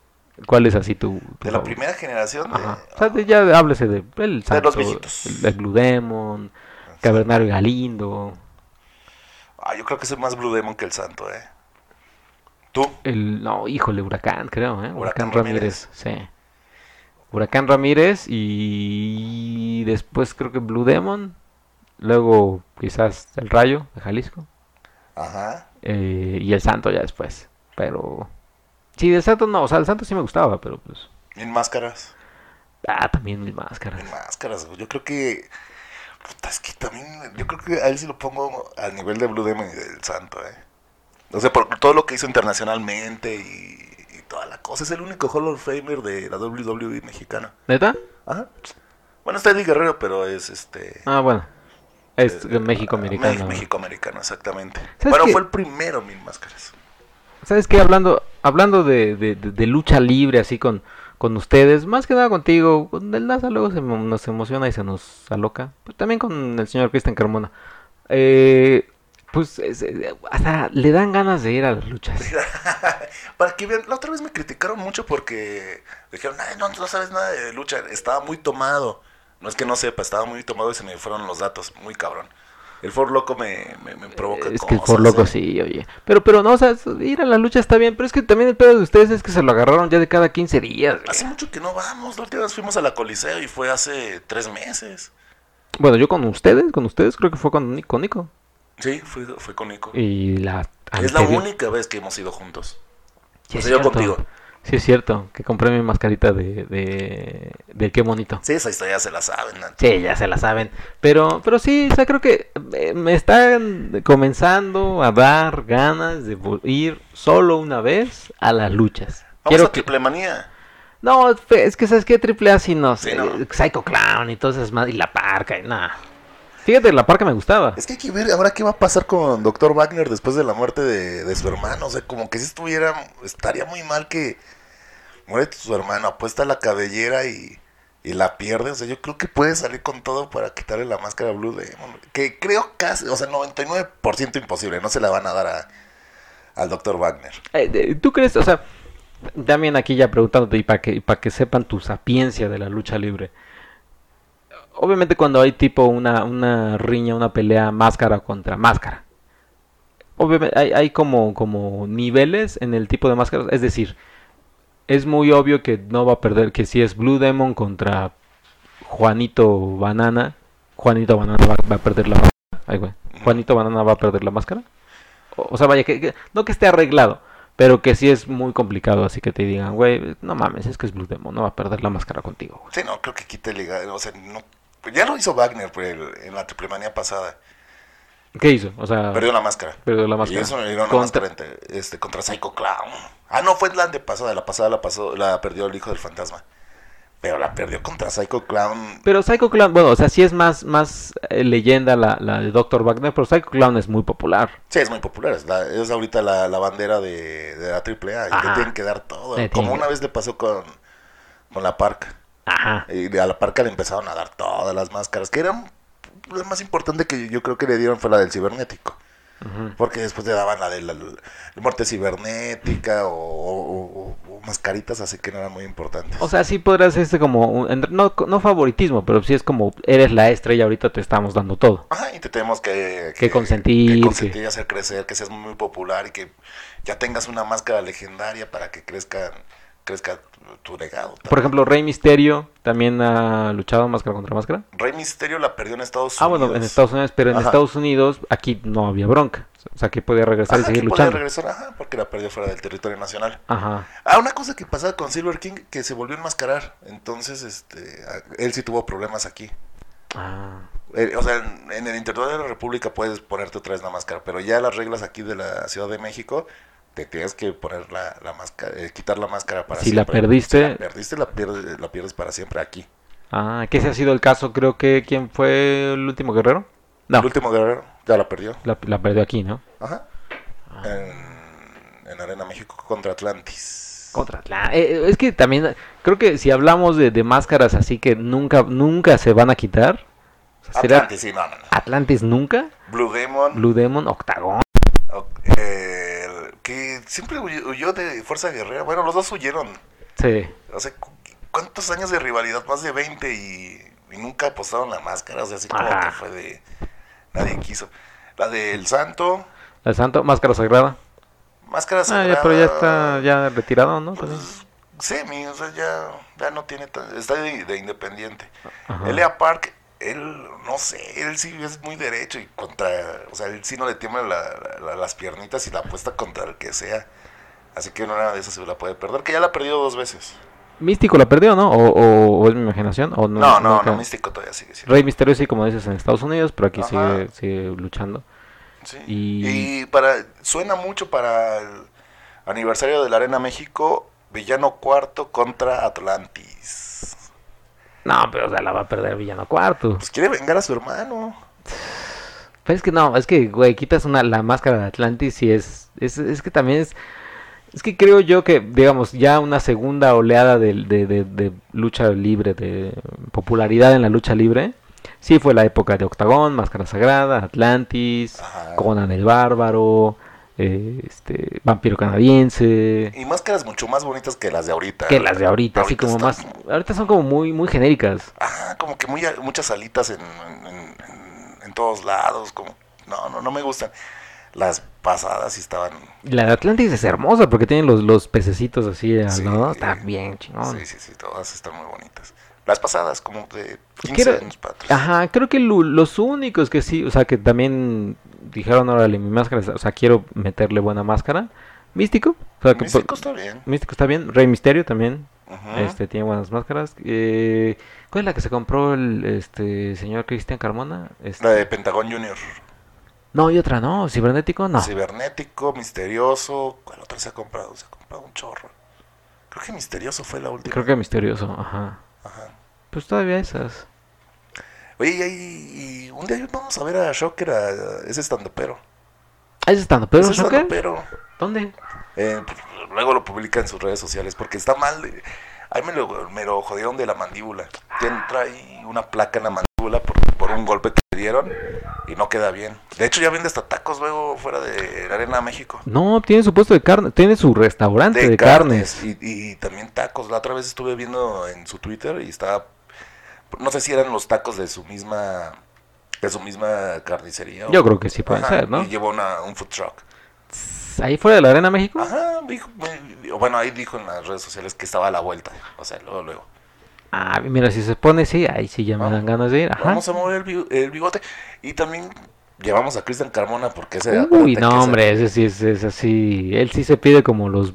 Speaker 2: ¿Cuál es así tu. tu
Speaker 1: De la
Speaker 2: favorito?
Speaker 1: primera generación de...
Speaker 2: Ajá. O sea, de- ya háblese de. El Santo,
Speaker 1: viejitos.
Speaker 2: El, el Blue Demon, Cavernario Galindo,
Speaker 1: Ah, yo creo que soy más Blue Demon que el santo, ¿eh? ¿Tú?
Speaker 2: el. No, híjole, Huracán, creo, ¿eh? Huracán,
Speaker 1: Huracán
Speaker 2: Ramírez, sí. Huracán Ramírez y. Después creo que Blue Demon. Luego, quizás el Rayo de Jalisco.
Speaker 1: Ajá.
Speaker 2: Eh, y el Santo ya después. Pero. Sí, del Santo no. O sea, el Santo sí me gustaba, pero pues.
Speaker 1: Mil máscaras.
Speaker 2: Ah, también
Speaker 1: Mil
Speaker 2: mil máscaras.
Speaker 1: máscaras, güey. Yo creo que... Puta, es que también... Yo creo que a él sí lo pongo al nivel de Blue Demon y del santo, ¿eh? O sea, por todo lo que hizo internacionalmente y, y toda la cosa. Es el único Hall of Famer de la WWE mexicana.
Speaker 2: ¿Neta?
Speaker 1: Ajá. Bueno, está Eddie Guerrero, pero es este...
Speaker 2: Ah, bueno. Es
Speaker 1: eh,
Speaker 2: México-americano.
Speaker 1: Mex- México-americano, exactamente.
Speaker 2: ¿Sabes
Speaker 1: Bueno,
Speaker 2: qué?
Speaker 1: fue el primero Mil Máscaras.
Speaker 2: ¿Sabes qué? Hablando, hablando de, de- de- de lucha libre así con, con ustedes, más que nada contigo, con el NASA luego se mo- nos emociona y se nos aloca, pero también con el señor Cristian Carmona. Eh, pues es- eh, hasta le dan ganas de ir a las luchas.
Speaker 1: Para que vean, la otra vez me criticaron mucho porque dijeron, Ay, no, no sabes nada de lucha, estaba muy tomado. No es que no sepa, estaba muy tomado y se me fueron los datos, muy cabrón. El For Loco me, me, me provoca
Speaker 2: Es que el
Speaker 1: cosas,
Speaker 2: por loco
Speaker 1: ¿eh?
Speaker 2: sí, oye. Pero, pero no, o sea, es- ir a la lucha está bien, pero es que también el pedo de ustedes es que se lo agarraron ya de cada 15 días. güey.
Speaker 1: Hace mucho que no vamos, la última vez fuimos a la Coliseo y fue hace tres meses.
Speaker 2: Bueno, yo con ustedes, con ustedes creo que fue con, Ni- con Nico.
Speaker 1: Sí, fui, fui con Nico.
Speaker 2: Y la...
Speaker 1: Es la
Speaker 2: anterior-
Speaker 1: única vez que hemos ido juntos.
Speaker 2: Sí,
Speaker 1: O
Speaker 2: es
Speaker 1: sea, yo
Speaker 2: cierto.
Speaker 1: contigo.
Speaker 2: Sí, es cierto, que compré mi mascarita de, de, de qué bonito.
Speaker 1: Sí, esa historia se la saben. ¿no?
Speaker 2: Sí, ya se la saben. Pero, pero sí, o sea, creo que eh, me están comenzando a dar ganas de vol- ir solo una vez a las luchas.
Speaker 1: Vamos
Speaker 2: Quiero
Speaker 1: a
Speaker 2: que...
Speaker 1: Triple Manía.
Speaker 2: No, fe- es que sabes que triple A sí no sé. eh,
Speaker 1: Sí, no.
Speaker 2: Psycho Clown y todas esas más y la parca y nada. Fíjate, la parca me gustaba.
Speaker 1: Es que hay que ver ahora qué va a pasar con Dr. Wagner después de la muerte de, de su hermano. O sea, como que si estuviera, estaría muy mal que muere su hermano, apuesta la cabellera y, y la pierde. O sea, yo creo que puede salir con todo para quitarle la máscara a Blue Demon. Que creo casi, o sea, 99% imposible. No se la van a dar a, al Dr. Wagner.
Speaker 2: Eh, de- ¿Tú crees, o sea, también aquí ya preguntándote y para que, para que sepan tu sapiencia de la lucha libre? Obviamente cuando hay tipo una, una riña, una pelea máscara contra máscara. Obviamente hay, hay como, como niveles en el tipo de máscaras. Es decir, es muy obvio que no va a perder, que si es Blue Demon contra Juanito Banana, Juanito Banana va, va a perder la máscara. Ay, güey. Juanito Banana va a perder la máscara. O, o sea, vaya, que, que- no que esté arreglado, pero que sí es muy complicado. Así que te digan, güey, no mames, es que es Blue Demon, no va a perder la máscara contigo, güey.
Speaker 1: Sí, no, creo que quite liga. O sea, no, ya lo hizo Wagner por el- en la triple manía pasada.
Speaker 2: ¿Qué hizo? O sea,
Speaker 1: Perdió la máscara.
Speaker 2: perdió la
Speaker 1: Y
Speaker 2: máscara.
Speaker 1: eso era una
Speaker 2: Contra-
Speaker 1: máscara entre- este, contra Psycho Clown. Ah, no, fue la antepasada, la pasada la pasó, la perdió el hijo del fantasma. Pero la perdió contra Psycho Clown.
Speaker 2: Pero Psycho Clown, bueno, o sea, sí es más, más eh, leyenda la, la de Dr. Wagner, pero Psycho Clown es muy popular.
Speaker 1: Sí, es muy popular. Es, la- es ahorita la, la bandera de, de la AAA. Y
Speaker 2: Ajá.
Speaker 1: le tienen que dar todo.
Speaker 2: Le tienen
Speaker 1: Como
Speaker 2: que-
Speaker 1: una vez le pasó con, con la parca.
Speaker 2: Ajá.
Speaker 1: Y de- a la parca le empezaron a dar todas las máscaras. Que eran la más importante que yo creo que le dieron fue la del cibernético.
Speaker 2: Ujú.
Speaker 1: Porque después le daban la de la, la muerte cibernética o, o- o- o mascaritas así que no eran muy importantes.
Speaker 2: O sea, sí podrás este como, un- entre- no, no favoritismo, pero sí es como, eres la estrella, ahorita te estamos dando todo.
Speaker 1: Ajá, y te tenemos que,
Speaker 2: Que consentir,
Speaker 1: que consentir,
Speaker 2: que-
Speaker 1: hacer crecer, que seas muy popular y que ya tengas una máscara legendaria para que crezca, crezca tu- tu legado.
Speaker 2: Por ejemplo, Rey Misterio también ha luchado máscara contra máscara.
Speaker 1: Rey Misterio la perdió en Estados
Speaker 2: Ah,
Speaker 1: Unidos.
Speaker 2: bueno, en Estados Unidos, pero en
Speaker 1: Ajá.
Speaker 2: Estados Unidos aquí no había bronca. O sea, que podía regresar
Speaker 1: Ajá,
Speaker 2: y seguir
Speaker 1: que podía
Speaker 2: luchando.
Speaker 1: regresar, ajá, porque la perdió fuera del territorio nacional.
Speaker 2: Ajá.
Speaker 1: Ah, una cosa que pasaba con Silver King, que se volvió a enmascarar. Entonces, este, a- él sí tuvo problemas aquí.
Speaker 2: Ah.
Speaker 1: Eh, o sea, en, en el interior de la República puedes ponerte otra vez la máscara, pero ya las reglas aquí de la Ciudad de México, te tienes que poner la, la máscara, eh, quitar la máscara para
Speaker 2: Si la
Speaker 1: siempre.
Speaker 2: perdiste-
Speaker 1: Si la perdiste, la pierdes, la pierdes para siempre aquí.
Speaker 2: Ah, que ese ha sido el caso, creo que quién fue el último guerrero. No,
Speaker 1: El último guerrero ya la perdió.
Speaker 2: la, la perdió aquí, ¿no?
Speaker 1: Ajá. En, en Arena México contra Atlantis.
Speaker 2: Contra Atlanta. Eh, es que también creo que si hablamos de, de máscaras así que nunca, nunca se van a quitar. o sea, será
Speaker 1: Atlantis, sí, no, no, no.
Speaker 2: Atlantis nunca.
Speaker 1: Blue Demon.
Speaker 2: Blue Demon, Octagón.
Speaker 1: o- eh, que siempre huy- huyó de Fuerza Guerrera. Bueno, los dos huyeron.
Speaker 2: Sí.
Speaker 1: Hace cu- cuántos años de rivalidad, más de 20 y, y nunca apostaron la máscara. O sea, así como
Speaker 2: Ajá.
Speaker 1: que fue de. Nadie quiso. La del Santo,
Speaker 2: El Santo, Máscara Sagrada.
Speaker 1: máscara
Speaker 2: Ah,
Speaker 1: sagrada.
Speaker 2: ya, pero ya está ya retirado, ¿no? También.
Speaker 1: Pues, semi, o sea, ya, ya no tiene tan. Está de, de independiente.
Speaker 2: Ajá.
Speaker 1: Elia Park, él, no sé, él sí es muy derecho y contra. O sea, él sí no le tiembla la- la- las piernitas y la apuesta contra el que sea. Así que en una de esas se la puede perder, que ya la ha perdido dos veces.
Speaker 2: Místico la perdió, ¿no? O, o- o es mi imaginación. O no,
Speaker 1: No, no, no,
Speaker 2: nunca.
Speaker 1: místico todavía sigue siendo.
Speaker 2: Rey Misterio sí, como dices, en Estados Unidos, pero aquí
Speaker 1: Ajá.
Speaker 2: sigue, sigue luchando.
Speaker 1: Sí.
Speaker 2: Y-
Speaker 1: Y... para suena mucho para el aniversario de la Arena México, Villano Cuarto contra Atlantis.
Speaker 2: No, pero o sea, la va a perder Villano Cuarto.
Speaker 1: Pues quiere vengar a su hermano.
Speaker 2: Pero Pues es que no, es que, güey, quitas una, la máscara de Atlantis y es, es, es que también es... Es que creo yo que, digamos, ya una segunda oleada de, de- de- de lucha libre, de popularidad en la lucha libre, sí fue la época de Octagón, Máscara Sagrada, Atlantis,
Speaker 1: Ajá.
Speaker 2: Conan el Bárbaro, eh, este, Vampiro Canadiense,
Speaker 1: Y máscaras mucho más bonitas que las de ahorita.
Speaker 2: que las de ahorita, así como
Speaker 1: está-
Speaker 2: más... Ahorita son como muy, muy genéricas.
Speaker 1: Ajá, Ah, como que muy, a- muchas alitas en, en- en- en- en todos lados. Como, no, no, no me gustan. Las pasadas sí estaban.
Speaker 2: La de Atlantis es hermosa porque tienen los, los pececitos así al
Speaker 1: Sí.
Speaker 2: lado, está bien chingón.
Speaker 1: Sí, sí, sí, todas están muy bonitas. Las pasadas, como de 15
Speaker 2: Quiero- Ah,
Speaker 1: años para atrás.
Speaker 2: Ajá, creo que lo- los únicos que sí, o sea, que también dijeron, órale, mi máscara, está- o sea, quiero meterle buena máscara. Místico, o sea, que por-
Speaker 1: Místico está bien.
Speaker 2: Místico está bien, Rey Misterio también,
Speaker 1: Ujú.
Speaker 2: este, tiene buenas máscaras. Eh, ¿Cuál es la que se compró el este señor Cristian Carmona? Este,
Speaker 1: La de Pentagón Junior.
Speaker 2: No, y otra no, cibernético, no.
Speaker 1: Cibernético, misterioso. ¿Cuál otra se ha comprado? Se ha comprado un chorro. Creo que misterioso fue la última.
Speaker 2: Creo que misterioso, ajá.
Speaker 1: Ajá.
Speaker 2: Pues todavía esas.
Speaker 1: Oye, y, ahí- y un día vamos a ver a Shocker, a, a ese estandopero.
Speaker 2: ¿Ah, ¿Es estando pero
Speaker 1: Ese
Speaker 2: Shocker?
Speaker 1: estandopero.
Speaker 2: ¿Dónde?
Speaker 1: Eh, pues, luego lo publica en sus redes sociales porque está mal. eh, Ahí me lo, me lo jodieron de la mandíbula. Tiene, trae una placa en la mandíbula por, por un golpe que le dieron y no queda bien. De hecho, ya vende hasta tacos luego fuera de la Arena México.
Speaker 2: No, tiene su puesto de carne, tiene su restaurante de, carnes.
Speaker 1: Y, y también tacos. La otra vez estuve viendo en su Twitter y estaba. No sé si eran los tacos de su misma. De su misma carnicería.
Speaker 2: Yo creo que sí puede
Speaker 1: Ajá,
Speaker 2: ser, ¿no?
Speaker 1: Y llevó una- un food truck.
Speaker 2: Ahí fuera de la Arena México.
Speaker 1: Ajá, dijo. me- Bueno, ahí dijo en las redes sociales que estaba a la vuelta. O sea, luego, luego.
Speaker 2: Ah, mira, si se pone, sí, ahí sí ya me
Speaker 1: Vamos.
Speaker 2: dan ganas de ir. Ajá.
Speaker 1: Ah, Vamos a mover el, bi- el bigote. Y también llevamos a Cristian Carmona porque ese. acuérdate
Speaker 2: Uy,
Speaker 1: que
Speaker 2: no,
Speaker 1: ese-
Speaker 2: hombre, ese sí es, es así. Él sí se pide como los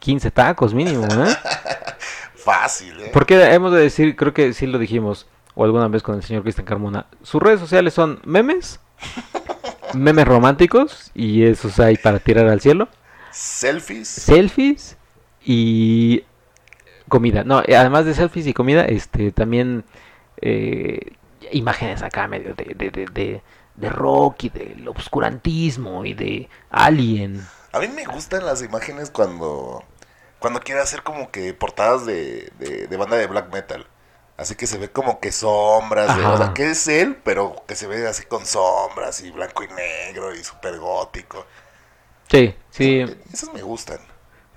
Speaker 2: 15 tacos mínimo, ¿eh?
Speaker 1: Fácil, ¿eh?
Speaker 2: Porque hemos de decir, creo que sí lo dijimos, o alguna vez con el señor Cristian Carmona, sus redes sociales son memes, memes románticos, y esos hay para tirar al cielo,
Speaker 1: Selfies.
Speaker 2: selfies y comida. No, eh, además de selfies y comida, este también eh, imágenes acá medio de, de, de, de, de rock y del obscurantismo y de alien.
Speaker 1: A mí me gustan las imágenes cuando cuando quiere hacer como que portadas de, de, de banda de black metal. Así que se ve como que sombras, de- o
Speaker 2: Ajá.
Speaker 1: sea, que es él, pero que se ve así con sombras y blanco y negro y súper gótico.
Speaker 2: Sí, sí.
Speaker 1: Esas me gustan.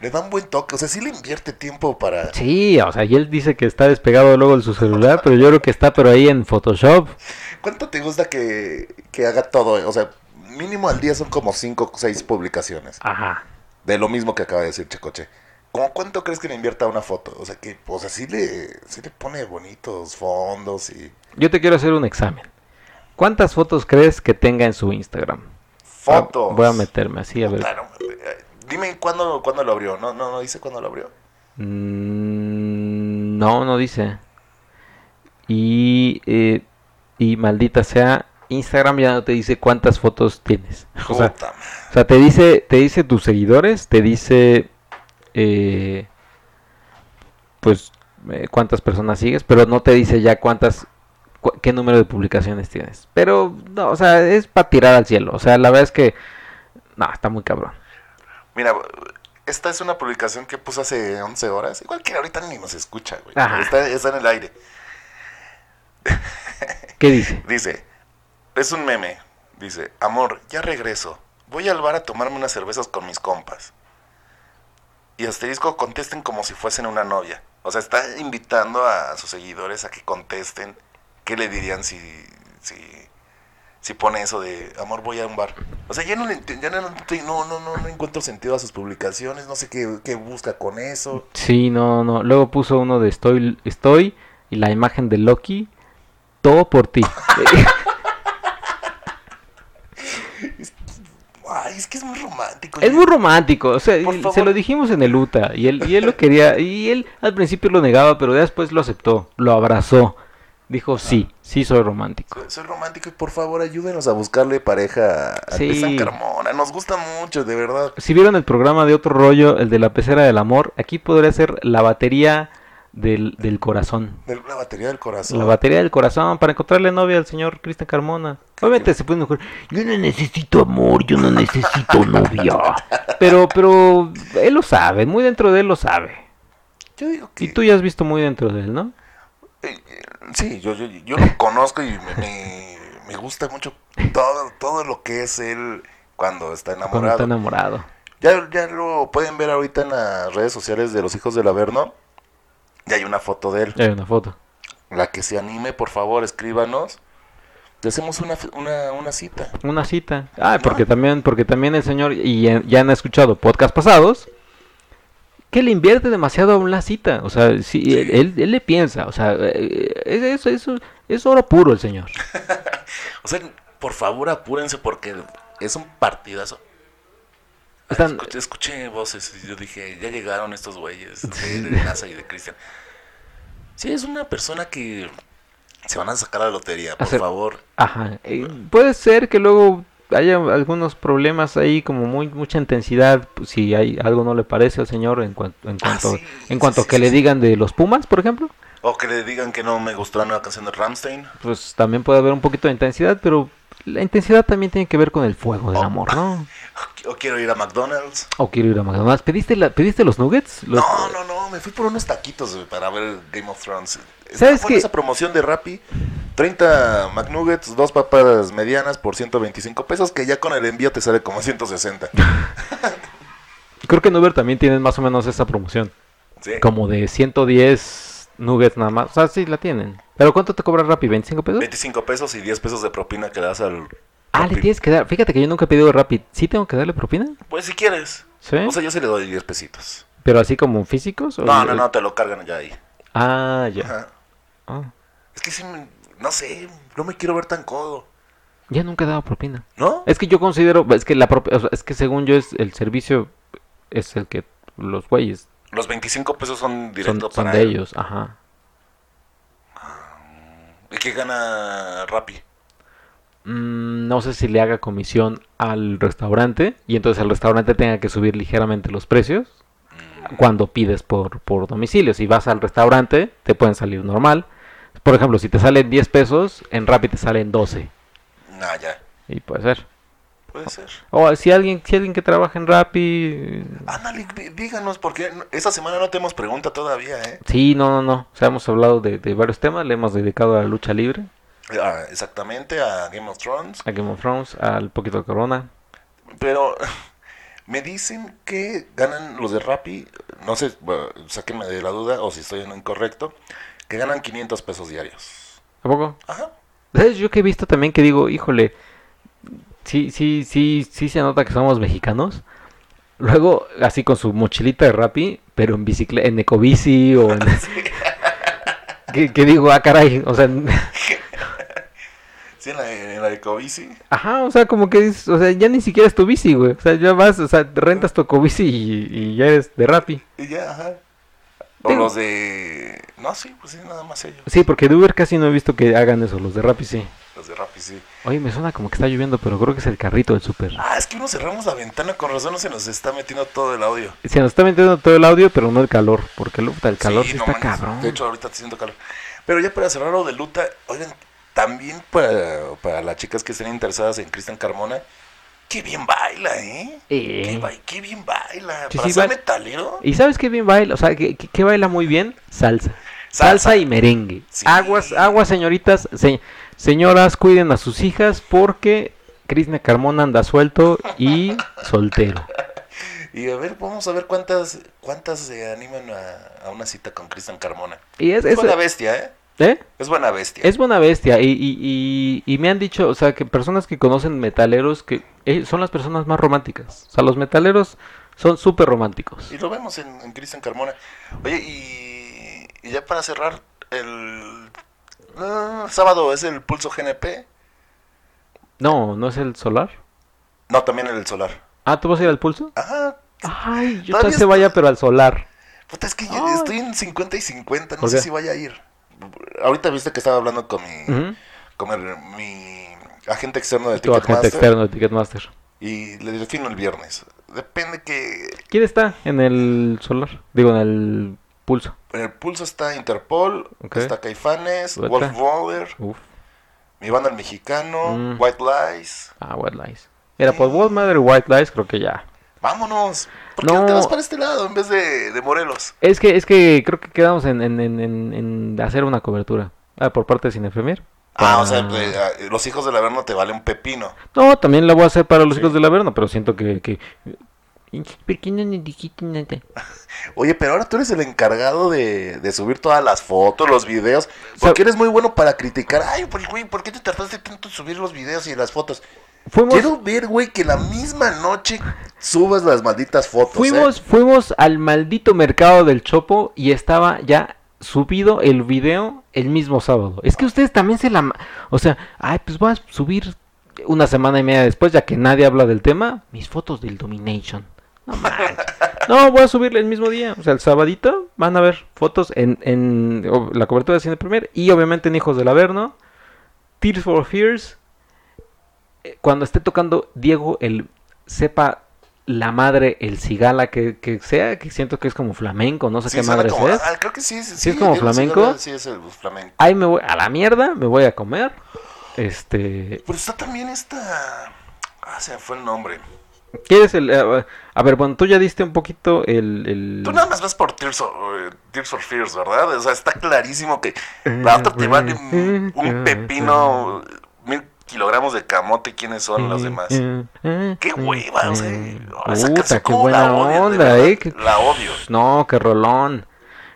Speaker 1: Le dan buen toque, o sea, sí le invierte tiempo para...
Speaker 2: Sí, o sea, y él dice que está despegado luego de su celular, pero yo creo que está pero ahí en Photoshop.
Speaker 1: ¿Cuánto te gusta que, que haga todo? O sea, mínimo al día son como 5 o 6 publicaciones.
Speaker 2: Ajá.
Speaker 1: De lo mismo que acaba de decir Checoche. ¿Cómo cuánto crees que le invierta a una foto? O sea, que o sea, sí, le, sí le pone bonitos fondos y...
Speaker 2: Yo te quiero hacer un examen. ¿Cuántas fotos crees que tenga en su Instagram?
Speaker 1: Fotos.
Speaker 2: Ah, Voy a meterme así a ver.
Speaker 1: Claro, eh, dime cuándo, cuándo lo abrió. No, no, no dice cuándo lo abrió.
Speaker 2: Mm, No, no dice. Y, eh, y maldita sea, Instagram ya no te dice cuántas fotos tienes. O sea,
Speaker 1: Puta madre.
Speaker 2: o sea, te dice, te dice tus seguidores, te dice, eh, pues, eh, cuántas personas sigues, pero no te dice ya cuántas, cu- qué número de publicaciones tienes. Pero, no, o sea, es para tirar al cielo. O sea, la verdad es que, no, está muy cabrón.
Speaker 1: Mira, Esta es una publicación que puse hace 11 horas. Igual que ahorita ni nos escucha, güey.
Speaker 2: Ajá.
Speaker 1: Está, está en el aire.
Speaker 2: ¿Qué dice?
Speaker 1: Dice, es un meme. Dice, amor, ya regreso. Voy al bar a tomarme unas cervezas con mis compas. Y asterisco contesten como si fuesen una novia. O sea, está invitando a sus seguidores a que contesten qué le dirían si, si, si pone eso de, amor, voy a un bar. O sea, ya no le enti- ya no, no, no, no, no encuentro sentido a sus publicaciones, no sé qué, qué busca con eso.
Speaker 2: Sí, no, no. Luego puso uno de estoy, estoy y la imagen de Loki. Todo por ti.
Speaker 1: Ay, es que es muy romántico.
Speaker 2: es muy romántico. O sea,
Speaker 1: Por
Speaker 2: y- se
Speaker 1: favor.
Speaker 2: lo dijimos en el UTA. Y él, y él lo quería. Y él al principio lo negaba, pero después lo aceptó. Lo abrazó. Dijo, sí,
Speaker 1: Ah.
Speaker 2: sí soy romántico.
Speaker 1: Soy, soy romántico y por favor ayúdenos a buscarle pareja a
Speaker 2: Sí.
Speaker 1: Cristian Carmona. Nos gusta mucho, de verdad.
Speaker 2: Si vieron el programa de otro rollo, el de la pecera del amor, aquí podría ser la batería del, del corazón.
Speaker 1: De La batería del corazón.
Speaker 2: La batería del corazón para encontrarle novia al señor Cristian Carmona. Obviamente se pueden ocurrir, yo no necesito amor, yo no necesito novia. Pero, pero él lo sabe, muy dentro de él lo sabe.
Speaker 1: Yo digo que.
Speaker 2: Y tú ya has visto muy dentro de él, ¿no?
Speaker 1: eh, eh, sí, yo, yo, yo lo conozco y me, me, me gusta mucho todo, todo lo que es él cuando está
Speaker 2: Cuando
Speaker 1: enamorado.
Speaker 2: está enamorado.
Speaker 1: Ya, ya lo pueden ver ahorita en las redes sociales de los hijos del Averno. Ya hay una foto de él.
Speaker 2: Ya hay una foto.
Speaker 1: La que se anime, por favor, escríbanos. Le hacemos una, f- una, una cita.
Speaker 2: Una cita. Ah, porque también, porque también el señor, y ya- ya han escuchado podcast pasados, que le invierte demasiado a una cita. O sea, sí, él, él- él le piensa. O sea, eh, es, es, es- es oro puro el señor.
Speaker 1: O sea, por favor apúrense porque es un partidazo.
Speaker 2: Están-
Speaker 1: Escuché, escuché voces y yo dije, ya llegaron estos güeyes de, de NASA y de Cristian. Sí, es una persona que se van a sacar a la lotería, por
Speaker 2: Hacer-
Speaker 1: favor.
Speaker 2: Ajá. eh, puede ser que luego haya algunos problemas ahí, como muy mucha intensidad, pues, si hay algo no le parece al señor en cuanto en
Speaker 1: Ah,
Speaker 2: cuanto,
Speaker 1: sí,
Speaker 2: en cuanto
Speaker 1: sí,
Speaker 2: que
Speaker 1: sí,
Speaker 2: le
Speaker 1: sí.
Speaker 2: digan de los Pumas, por ejemplo,
Speaker 1: O que le digan que no me gustó la nueva canción de Ramstein.
Speaker 2: pues también puede haber un poquito de intensidad, pero la intensidad también tiene que ver con el fuego del
Speaker 1: Oh.
Speaker 2: amor, ¿no?
Speaker 1: O quiero ir a McDonald's.
Speaker 2: O quiero ir a McDonald's. ¿Pediste, la, ¿pediste los nuggets? Los-
Speaker 1: No, no, no, me fui por unos taquitos güey, para ver Game of Thrones.
Speaker 2: ¿Sabes
Speaker 1: ¿Sabes
Speaker 2: qué?
Speaker 1: Esa promoción de Rappi, 30 McNuggets, dos papas medianas por 125 pesos, que ya con el envío te sale como 160.
Speaker 2: Creo que en Uber también tienen más o menos esa promoción.
Speaker 1: Sí.
Speaker 2: Como de 110 nuggets nada más. O sea, sí la tienen. ¿Pero cuánto te cobra Rappi? ¿25 pesos?
Speaker 1: 25 pesos y 10 pesos de propina que le das al...
Speaker 2: Ah, le
Speaker 1: Rappi.
Speaker 2: tienes que dar. Fíjate que yo nunca he pedido Rappi. ¿Sí tengo que darle propina?
Speaker 1: Pues si quieres.
Speaker 2: Sí.
Speaker 1: O sea, yo sí le doy 10 pesitos.
Speaker 2: ¿Pero así como físicos? o-
Speaker 1: No, no, no, te lo cargan ya ahí.
Speaker 2: Ah, ya.
Speaker 1: Ajá.
Speaker 2: Ah.
Speaker 1: Es que sí, me- no sé, no me quiero ver tan codo.
Speaker 2: Ya nunca he dado propina.
Speaker 1: ¿No?
Speaker 2: Es que yo considero. Es que la prop- o sea, Es que según yo, es el servicio es el que los güeyes
Speaker 1: Los 25 pesos son
Speaker 2: son,
Speaker 1: directo
Speaker 2: son
Speaker 1: para
Speaker 2: de
Speaker 1: él.
Speaker 2: ellos. Ajá.
Speaker 1: ¿Y qué gana Rappi?
Speaker 2: Mm, no sé si le haga comisión al restaurante y entonces el restaurante tenga que subir ligeramente los precios cuando pides por, por domicilio. Si vas al restaurante, te pueden salir normal. Por ejemplo, si te salen 10 pesos, en Rappi te salen 12.
Speaker 1: Nah, ya.
Speaker 2: Y puede ser.
Speaker 1: Puede ser.
Speaker 2: O si alguien, si alguien que trabaja en Rappi...
Speaker 1: Ándale, dí- díganos, porque no- esta semana no tenemos pregunta todavía, ¿eh?
Speaker 2: Sí, no, no, no. O sea, hemos hablado de, de varios temas. Le hemos dedicado a la lucha libre,
Speaker 1: Ah, exactamente, a Game of Thrones.
Speaker 2: a Game of Thrones, al poquito de Corona.
Speaker 1: Pero me dicen que ganan los de Rappi, no sé, bueno, sáquenme de la duda o si estoy en lo incorrecto, que ganan 500 pesos diarios.
Speaker 2: ¿A poco?
Speaker 1: Ajá.
Speaker 2: ¿Sabes? Yo que he visto también que digo, híjole, sí, sí, sí, sí se nota que somos mexicanos. Luego, así con su mochilita de Rappi, pero en bicicleta, en ecobici o en... que, que digo, ah, caray, o sea,
Speaker 1: Sí, en la, en la de Ecobici.
Speaker 2: ajá, o sea, como que dices, o sea, ya ni siquiera es tu bici, güey. O sea, ya vas, o sea, rentas tu ecobici y, y ya eres de Rappi.
Speaker 1: Y ya, ajá. O
Speaker 2: Tengo-
Speaker 1: los de... No, sí, pues sí, nada más ellos.
Speaker 2: Sí, porque de Uber casi no he visto que hagan eso, los de Rappi sí.
Speaker 1: Los de Rappi, sí.
Speaker 2: Oye, me suena como que está lloviendo, pero creo que es el carrito del súper.
Speaker 1: Ah, es que uno cerramos la ventana, con razón no se nos está metiendo todo el audio.
Speaker 2: Se nos está metiendo todo el audio, pero no el calor, porque lo- puta, el calor sí,
Speaker 1: no
Speaker 2: está
Speaker 1: manches.
Speaker 2: cabrón.
Speaker 1: De hecho, ahorita te siento calor. Pero ya para cerrar lo de Luta, oigan, también para, para las chicas que estén interesadas en Cristian Carmona, Qué bien baila, ¿eh?
Speaker 2: Eh.
Speaker 1: Qué, ba- qué bien baila.
Speaker 2: Sí,
Speaker 1: Para
Speaker 2: sí,
Speaker 1: ser
Speaker 2: ba-
Speaker 1: metalero.
Speaker 2: ¿Y sabes qué bien baila? O sea, ¿qué, qué- qué baila muy bien? Salsa. Salsa,
Speaker 1: Salsa.
Speaker 2: y merengue.
Speaker 1: Sí.
Speaker 2: Aguas, aguas, señoritas. se- señoras, cuiden a sus hijas porque Krishna Carmona anda suelto y soltero.
Speaker 1: Y a ver, vamos a ver cuántas cuántas se animan a, a una cita con Cristian Carmona.
Speaker 2: Y es,
Speaker 1: Es
Speaker 2: es-
Speaker 1: buena bestia, ¿eh?
Speaker 2: ¿eh?
Speaker 1: Es buena bestia.
Speaker 2: Es buena bestia. Y, y- y- y me han dicho, o sea, que personas que conocen metaleros que eh, son las personas más románticas. O sea, los metaleros son súper románticos.
Speaker 1: Y lo vemos en, en Cristian Carmona. Oye, y, y ya para cerrar, el ah, sábado es el Pulso GNP.
Speaker 2: No, ¿no es el solar?
Speaker 1: No, también el Solar.
Speaker 2: Ah, ¿tú vas a ir al pulso?
Speaker 1: Ajá.
Speaker 2: Ay, yo
Speaker 1: Todavía
Speaker 2: tal se vaya, pero al solar.
Speaker 1: Puta, es que yo
Speaker 2: Ay.
Speaker 1: estoy en 50 y 50, no
Speaker 2: ¿Por
Speaker 1: sé
Speaker 2: qué?
Speaker 1: si vaya a ir. Ahorita viste que estaba hablando con mi,
Speaker 2: Ujú.
Speaker 1: con el- mi agente externo de
Speaker 2: Tu agente
Speaker 1: Ticketmaster
Speaker 2: externo de Ticketmaster.
Speaker 1: y le defino el viernes. Depende que
Speaker 2: ¿Quién está en el solar? Digo, en el pulso.
Speaker 1: En el pulso está Interpol,
Speaker 2: Ok.
Speaker 1: está Caifanes,
Speaker 2: Otra.
Speaker 1: Wolf Waller,
Speaker 2: Uf.
Speaker 1: Mi Banda el Mexicano,
Speaker 2: Mm.
Speaker 1: White Lies.
Speaker 2: Ah, White Lies. Era por World Mother White Lies, creo que ya.
Speaker 1: ¡Vámonos! ¿Por qué no,
Speaker 2: No.
Speaker 1: te vas para este lado en vez de, de Morelos?
Speaker 2: Es que, es que creo que quedamos en, en- en- en- en hacer una cobertura. Ah, por parte de Cinefemir.
Speaker 1: Ah,
Speaker 2: Para-
Speaker 1: o sea, eh, ah, los hijos del Averno te valen pepino.
Speaker 2: No, también la voy a hacer para los
Speaker 1: Sí.
Speaker 2: hijos del Averno, pero siento que... que... ¿Por qué no nos dijiste nada?
Speaker 1: Oye, pero ahora tú eres el encargado de, de subir todas las fotos, los videos. Porque
Speaker 2: Sab-
Speaker 1: eres muy bueno para criticar. Ay, pues, güey, ¿por qué te tardaste tanto en subir los videos y las fotos?
Speaker 2: Fuimos,
Speaker 1: Quiero ver, güey, que la misma noche subas las malditas fotos. ¿eh?
Speaker 2: fuimos, fuimos al maldito mercado del Chopo y estaba ya subido el video el mismo sábado. Es que ustedes también se la... ma- O sea, ay, pues voy a subir una semana y media después, ya que nadie habla del tema, mis fotos del Domination. No, manches. no, voy a subirle el mismo día. O sea, el sabadito van a ver fotos en, en o- la cobertura de Cine Premier y obviamente en Hijos del Averno. Tears for Fears. eh, Cuando esté tocando Diego, el sepa la madre, el cigala que, que sea, que siento que es como flamenco, no sé
Speaker 1: Sí,
Speaker 2: qué
Speaker 1: suena
Speaker 2: madre
Speaker 1: como-
Speaker 2: es.
Speaker 1: ah, creo que sí. Sí,
Speaker 2: es como
Speaker 1: Diego
Speaker 2: flamenco?
Speaker 1: Segarra, Sí, es el flamenco.
Speaker 2: Ahí me voy a la mierda, me voy a comer. Este,
Speaker 1: Pero está también esta... Ah, se me fue el nombre.
Speaker 2: ¿quieres el eh, a ver, bueno, tú ya diste un poquito el, el-
Speaker 1: Tú nada más vas por Tears, of- eh, Tears for Fears, ¿verdad? O sea, está clarísimo que
Speaker 2: Eh,
Speaker 1: la otra
Speaker 2: pues,
Speaker 1: te vale un, un pepino, mil kilogramos de camote, ¿quiénes son
Speaker 2: Eh,
Speaker 1: los demás? ¡Qué hueva! O sea, oh, esa
Speaker 2: Puta,
Speaker 1: canción,
Speaker 2: qué
Speaker 1: ¿cómo la
Speaker 2: buena
Speaker 1: odio, de
Speaker 2: onda,
Speaker 1: verdad?
Speaker 2: eh. Qué-
Speaker 1: La odio.
Speaker 2: No, qué rolón.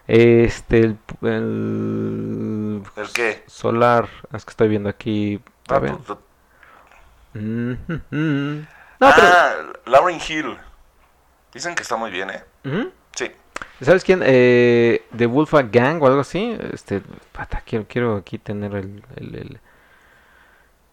Speaker 2: Este, el, el
Speaker 1: ¿El qué?
Speaker 2: solar, es que estoy viendo aquí. a
Speaker 1: Ah,
Speaker 2: ver.
Speaker 1: tú- tú-
Speaker 2: Mm, mm, mm. No, pero.
Speaker 1: Ah, Lauryn Hill. Dicen que está muy bien, ¿eh?
Speaker 2: Ujú.
Speaker 1: Sí.
Speaker 2: ¿Sabes quién? Eh, The Wolfa Gang o algo así. Este, pata, quiero, quiero aquí tener el, el, el-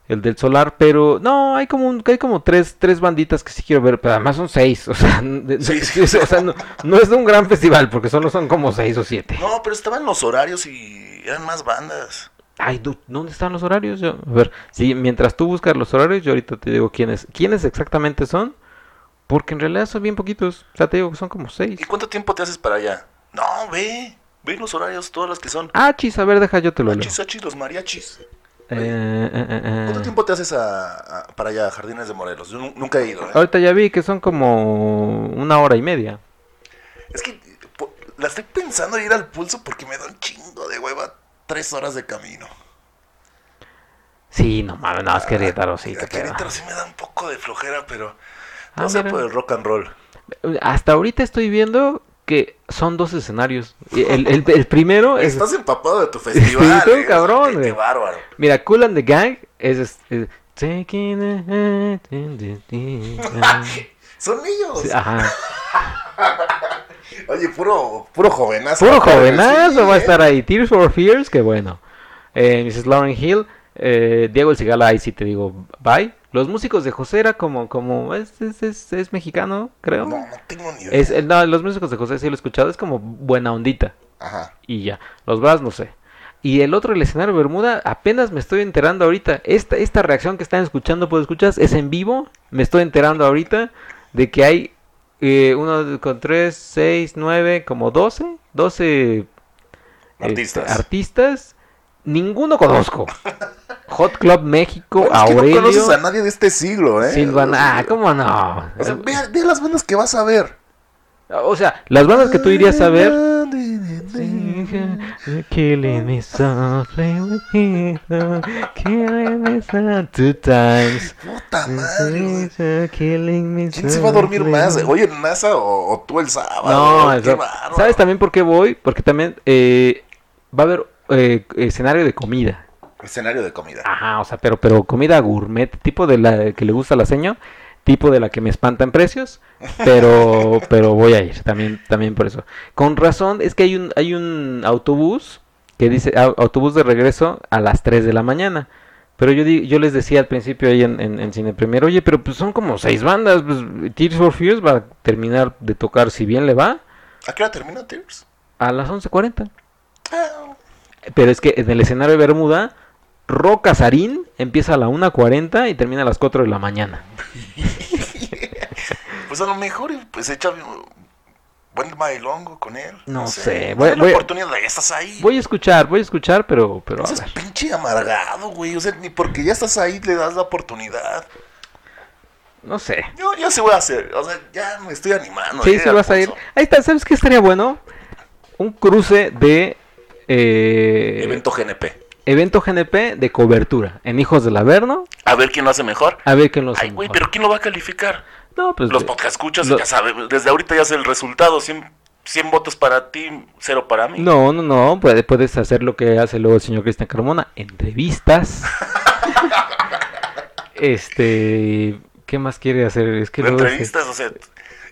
Speaker 2: el del solar, pero no, hay como un- hay como tres, tres banditas que sí quiero ver, pero además son seis, o sea, de-
Speaker 1: Sí,
Speaker 2: de-
Speaker 1: sí,
Speaker 2: o
Speaker 1: sí.
Speaker 2: sea, no, no es un gran festival porque solo son como seis o siete.
Speaker 1: No, pero estaban los horarios y eran más bandas.
Speaker 2: Ay, du- ¿dónde están los horarios? Yo- a ver, sí, mientras tú buscas los horarios, yo ahorita te digo quiénes, quiénes exactamente son, porque en realidad son bien poquitos, o sea, te digo que son como seis.
Speaker 1: ¿Y cuánto tiempo te haces para allá? No, ve. Ve los horarios, todas las que son.
Speaker 2: Ah, chis, a ver, deja, yo te lo leo.
Speaker 1: Achis, achis, los mariachis.
Speaker 2: Eh, eh, eh, eh.
Speaker 1: ¿Cuánto tiempo te haces a- a- para allá, Jardines de Morelos? Yo nu- nunca he ido. ¿eh?
Speaker 2: Ahorita ya vi que son como una hora y media.
Speaker 1: Es que eh, po- la estoy pensando en ir al pulso porque me da un chingo de hueva tres horas de camino.
Speaker 2: Sí, no mames, no, es Querétaro, sí,
Speaker 1: A
Speaker 2: te pega.
Speaker 1: Ah, Querétaro sí me da un poco de flojera, pero
Speaker 2: Ah,
Speaker 1: no sé
Speaker 2: mira.
Speaker 1: por el rock and roll.
Speaker 2: Hasta ahorita estoy viendo que son dos escenarios. Y El, el- el primero es...
Speaker 1: Estás empapado de tu festival.
Speaker 2: tú,
Speaker 1: ¿eh?
Speaker 2: cabrón,
Speaker 1: Qué- Qué,
Speaker 2: güey.
Speaker 1: bárbaro.
Speaker 2: Mira, Cool and the Gang es... es- es- Taking a hand in the day.
Speaker 1: Son ellos.
Speaker 2: Sí, ah. Ajá.
Speaker 1: Oye, puro, puro jovenazo.
Speaker 2: Puro
Speaker 1: Claro que
Speaker 2: jovenazo
Speaker 1: sí,
Speaker 2: va a
Speaker 1: ¿eh?
Speaker 2: estar ahí. Tears for Fears, que bueno. Eh, Mrs. Lauren Hill, eh, Diego El Cigala, ahí sí te digo bye. Los músicos de José era como, como, es, es, es, es mexicano, creo.
Speaker 1: No, no tengo ni idea.
Speaker 2: Es, eh, no, los músicos de José sí lo he escuchado, es como buena ondita
Speaker 1: Ajá.
Speaker 2: y ya. Los Bras no sé. Y el otro, el escenario Bermuda, apenas me estoy enterando ahorita. Esta, esta reacción que están escuchando, pues escuchas, es en vivo. Me estoy enterando ahorita de que hay eh, uno con tres, seis, nueve, como 12, 12 este,
Speaker 1: Artistas.
Speaker 2: artistas. Ninguno conozco. Hot Club México,
Speaker 1: Bueno, es que
Speaker 2: Aurelio,
Speaker 1: no conoces a nadie de este siglo, ¿eh?
Speaker 2: Silvana. Ah, ¿cómo no?
Speaker 1: O sea, ve, ve las bandas que vas a ver.
Speaker 2: O sea, las bandas que tú irías a ver Killing me softly with you, killing me soft two times.
Speaker 1: Puta madre, güey.
Speaker 2: Killing me
Speaker 1: ¿Quién se va a dormir
Speaker 2: softly.
Speaker 1: más? ¿Oye el NASA o, o tú el sábado?
Speaker 2: No,
Speaker 1: Qué
Speaker 2: eso-
Speaker 1: bárbaro.
Speaker 2: ¿sabes también por qué voy? Porque también eh, va a haber eh, escenario de comida.
Speaker 1: Escenario de comida.
Speaker 2: Ajá, o sea, pero, pero comida gourmet, tipo de la que le gusta la seño, tipo de la que me espanta en precios, pero, pero voy a ir, también, también por eso. Con razón, es que hay un, hay un autobús que dice au- autobús de regreso a las 3 de la mañana. Pero yo, di- yo les decía al principio ahí en, en, en Cine Premier, oye, pero pues son como seis bandas, pues, Tears for Fears va a terminar de tocar, si bien le va,
Speaker 1: ¿A qué hora termina Tears?
Speaker 2: a las 11.40.
Speaker 1: Ah,
Speaker 2: Pero es que en el escenario de Bermuda, Roca Sarín empieza a la 1.40 y termina a las 4 de la mañana.
Speaker 1: Pues a lo mejor y, pues echa un buen bailongo con él.
Speaker 2: No sé, voy-
Speaker 1: Dale la
Speaker 2: voy-
Speaker 1: oportunidad, ya estás ahí.
Speaker 2: Voy a escuchar, voy a escuchar, pero, pero a
Speaker 1: Ese es
Speaker 2: ver.
Speaker 1: pinche amargado, güey. O sea, ni porque ya estás ahí le das la oportunidad.
Speaker 2: No sé.
Speaker 1: Yo, yo sí voy a hacer. O sea, ya me estoy animando.
Speaker 2: Sí,
Speaker 1: eh,
Speaker 2: sí vas a ir.
Speaker 1: Alfonso.
Speaker 2: Ahí está, ¿sabes qué estaría bueno? Un cruce de... eh,
Speaker 1: Evento GNP.
Speaker 2: evento GNP de cobertura en Hijos del Averno.
Speaker 1: A ver quién lo hace mejor.
Speaker 2: A ver quién los
Speaker 1: Ay, güey, pero ¿quién lo va a calificar?
Speaker 2: No, pues...
Speaker 1: Los
Speaker 2: eh,
Speaker 1: podcast escuchas,
Speaker 2: lo-
Speaker 1: ya sabes. Desde ahorita ya sé el resultado. 100, 100 votos para ti, cero para mí.
Speaker 2: No, no, no, puede- puedes hacer lo que hace luego el señor Cristian Carmona, entrevistas. este, ¿qué más quiere hacer? Es que
Speaker 1: De
Speaker 2: luego se-
Speaker 1: entrevistas, o sea.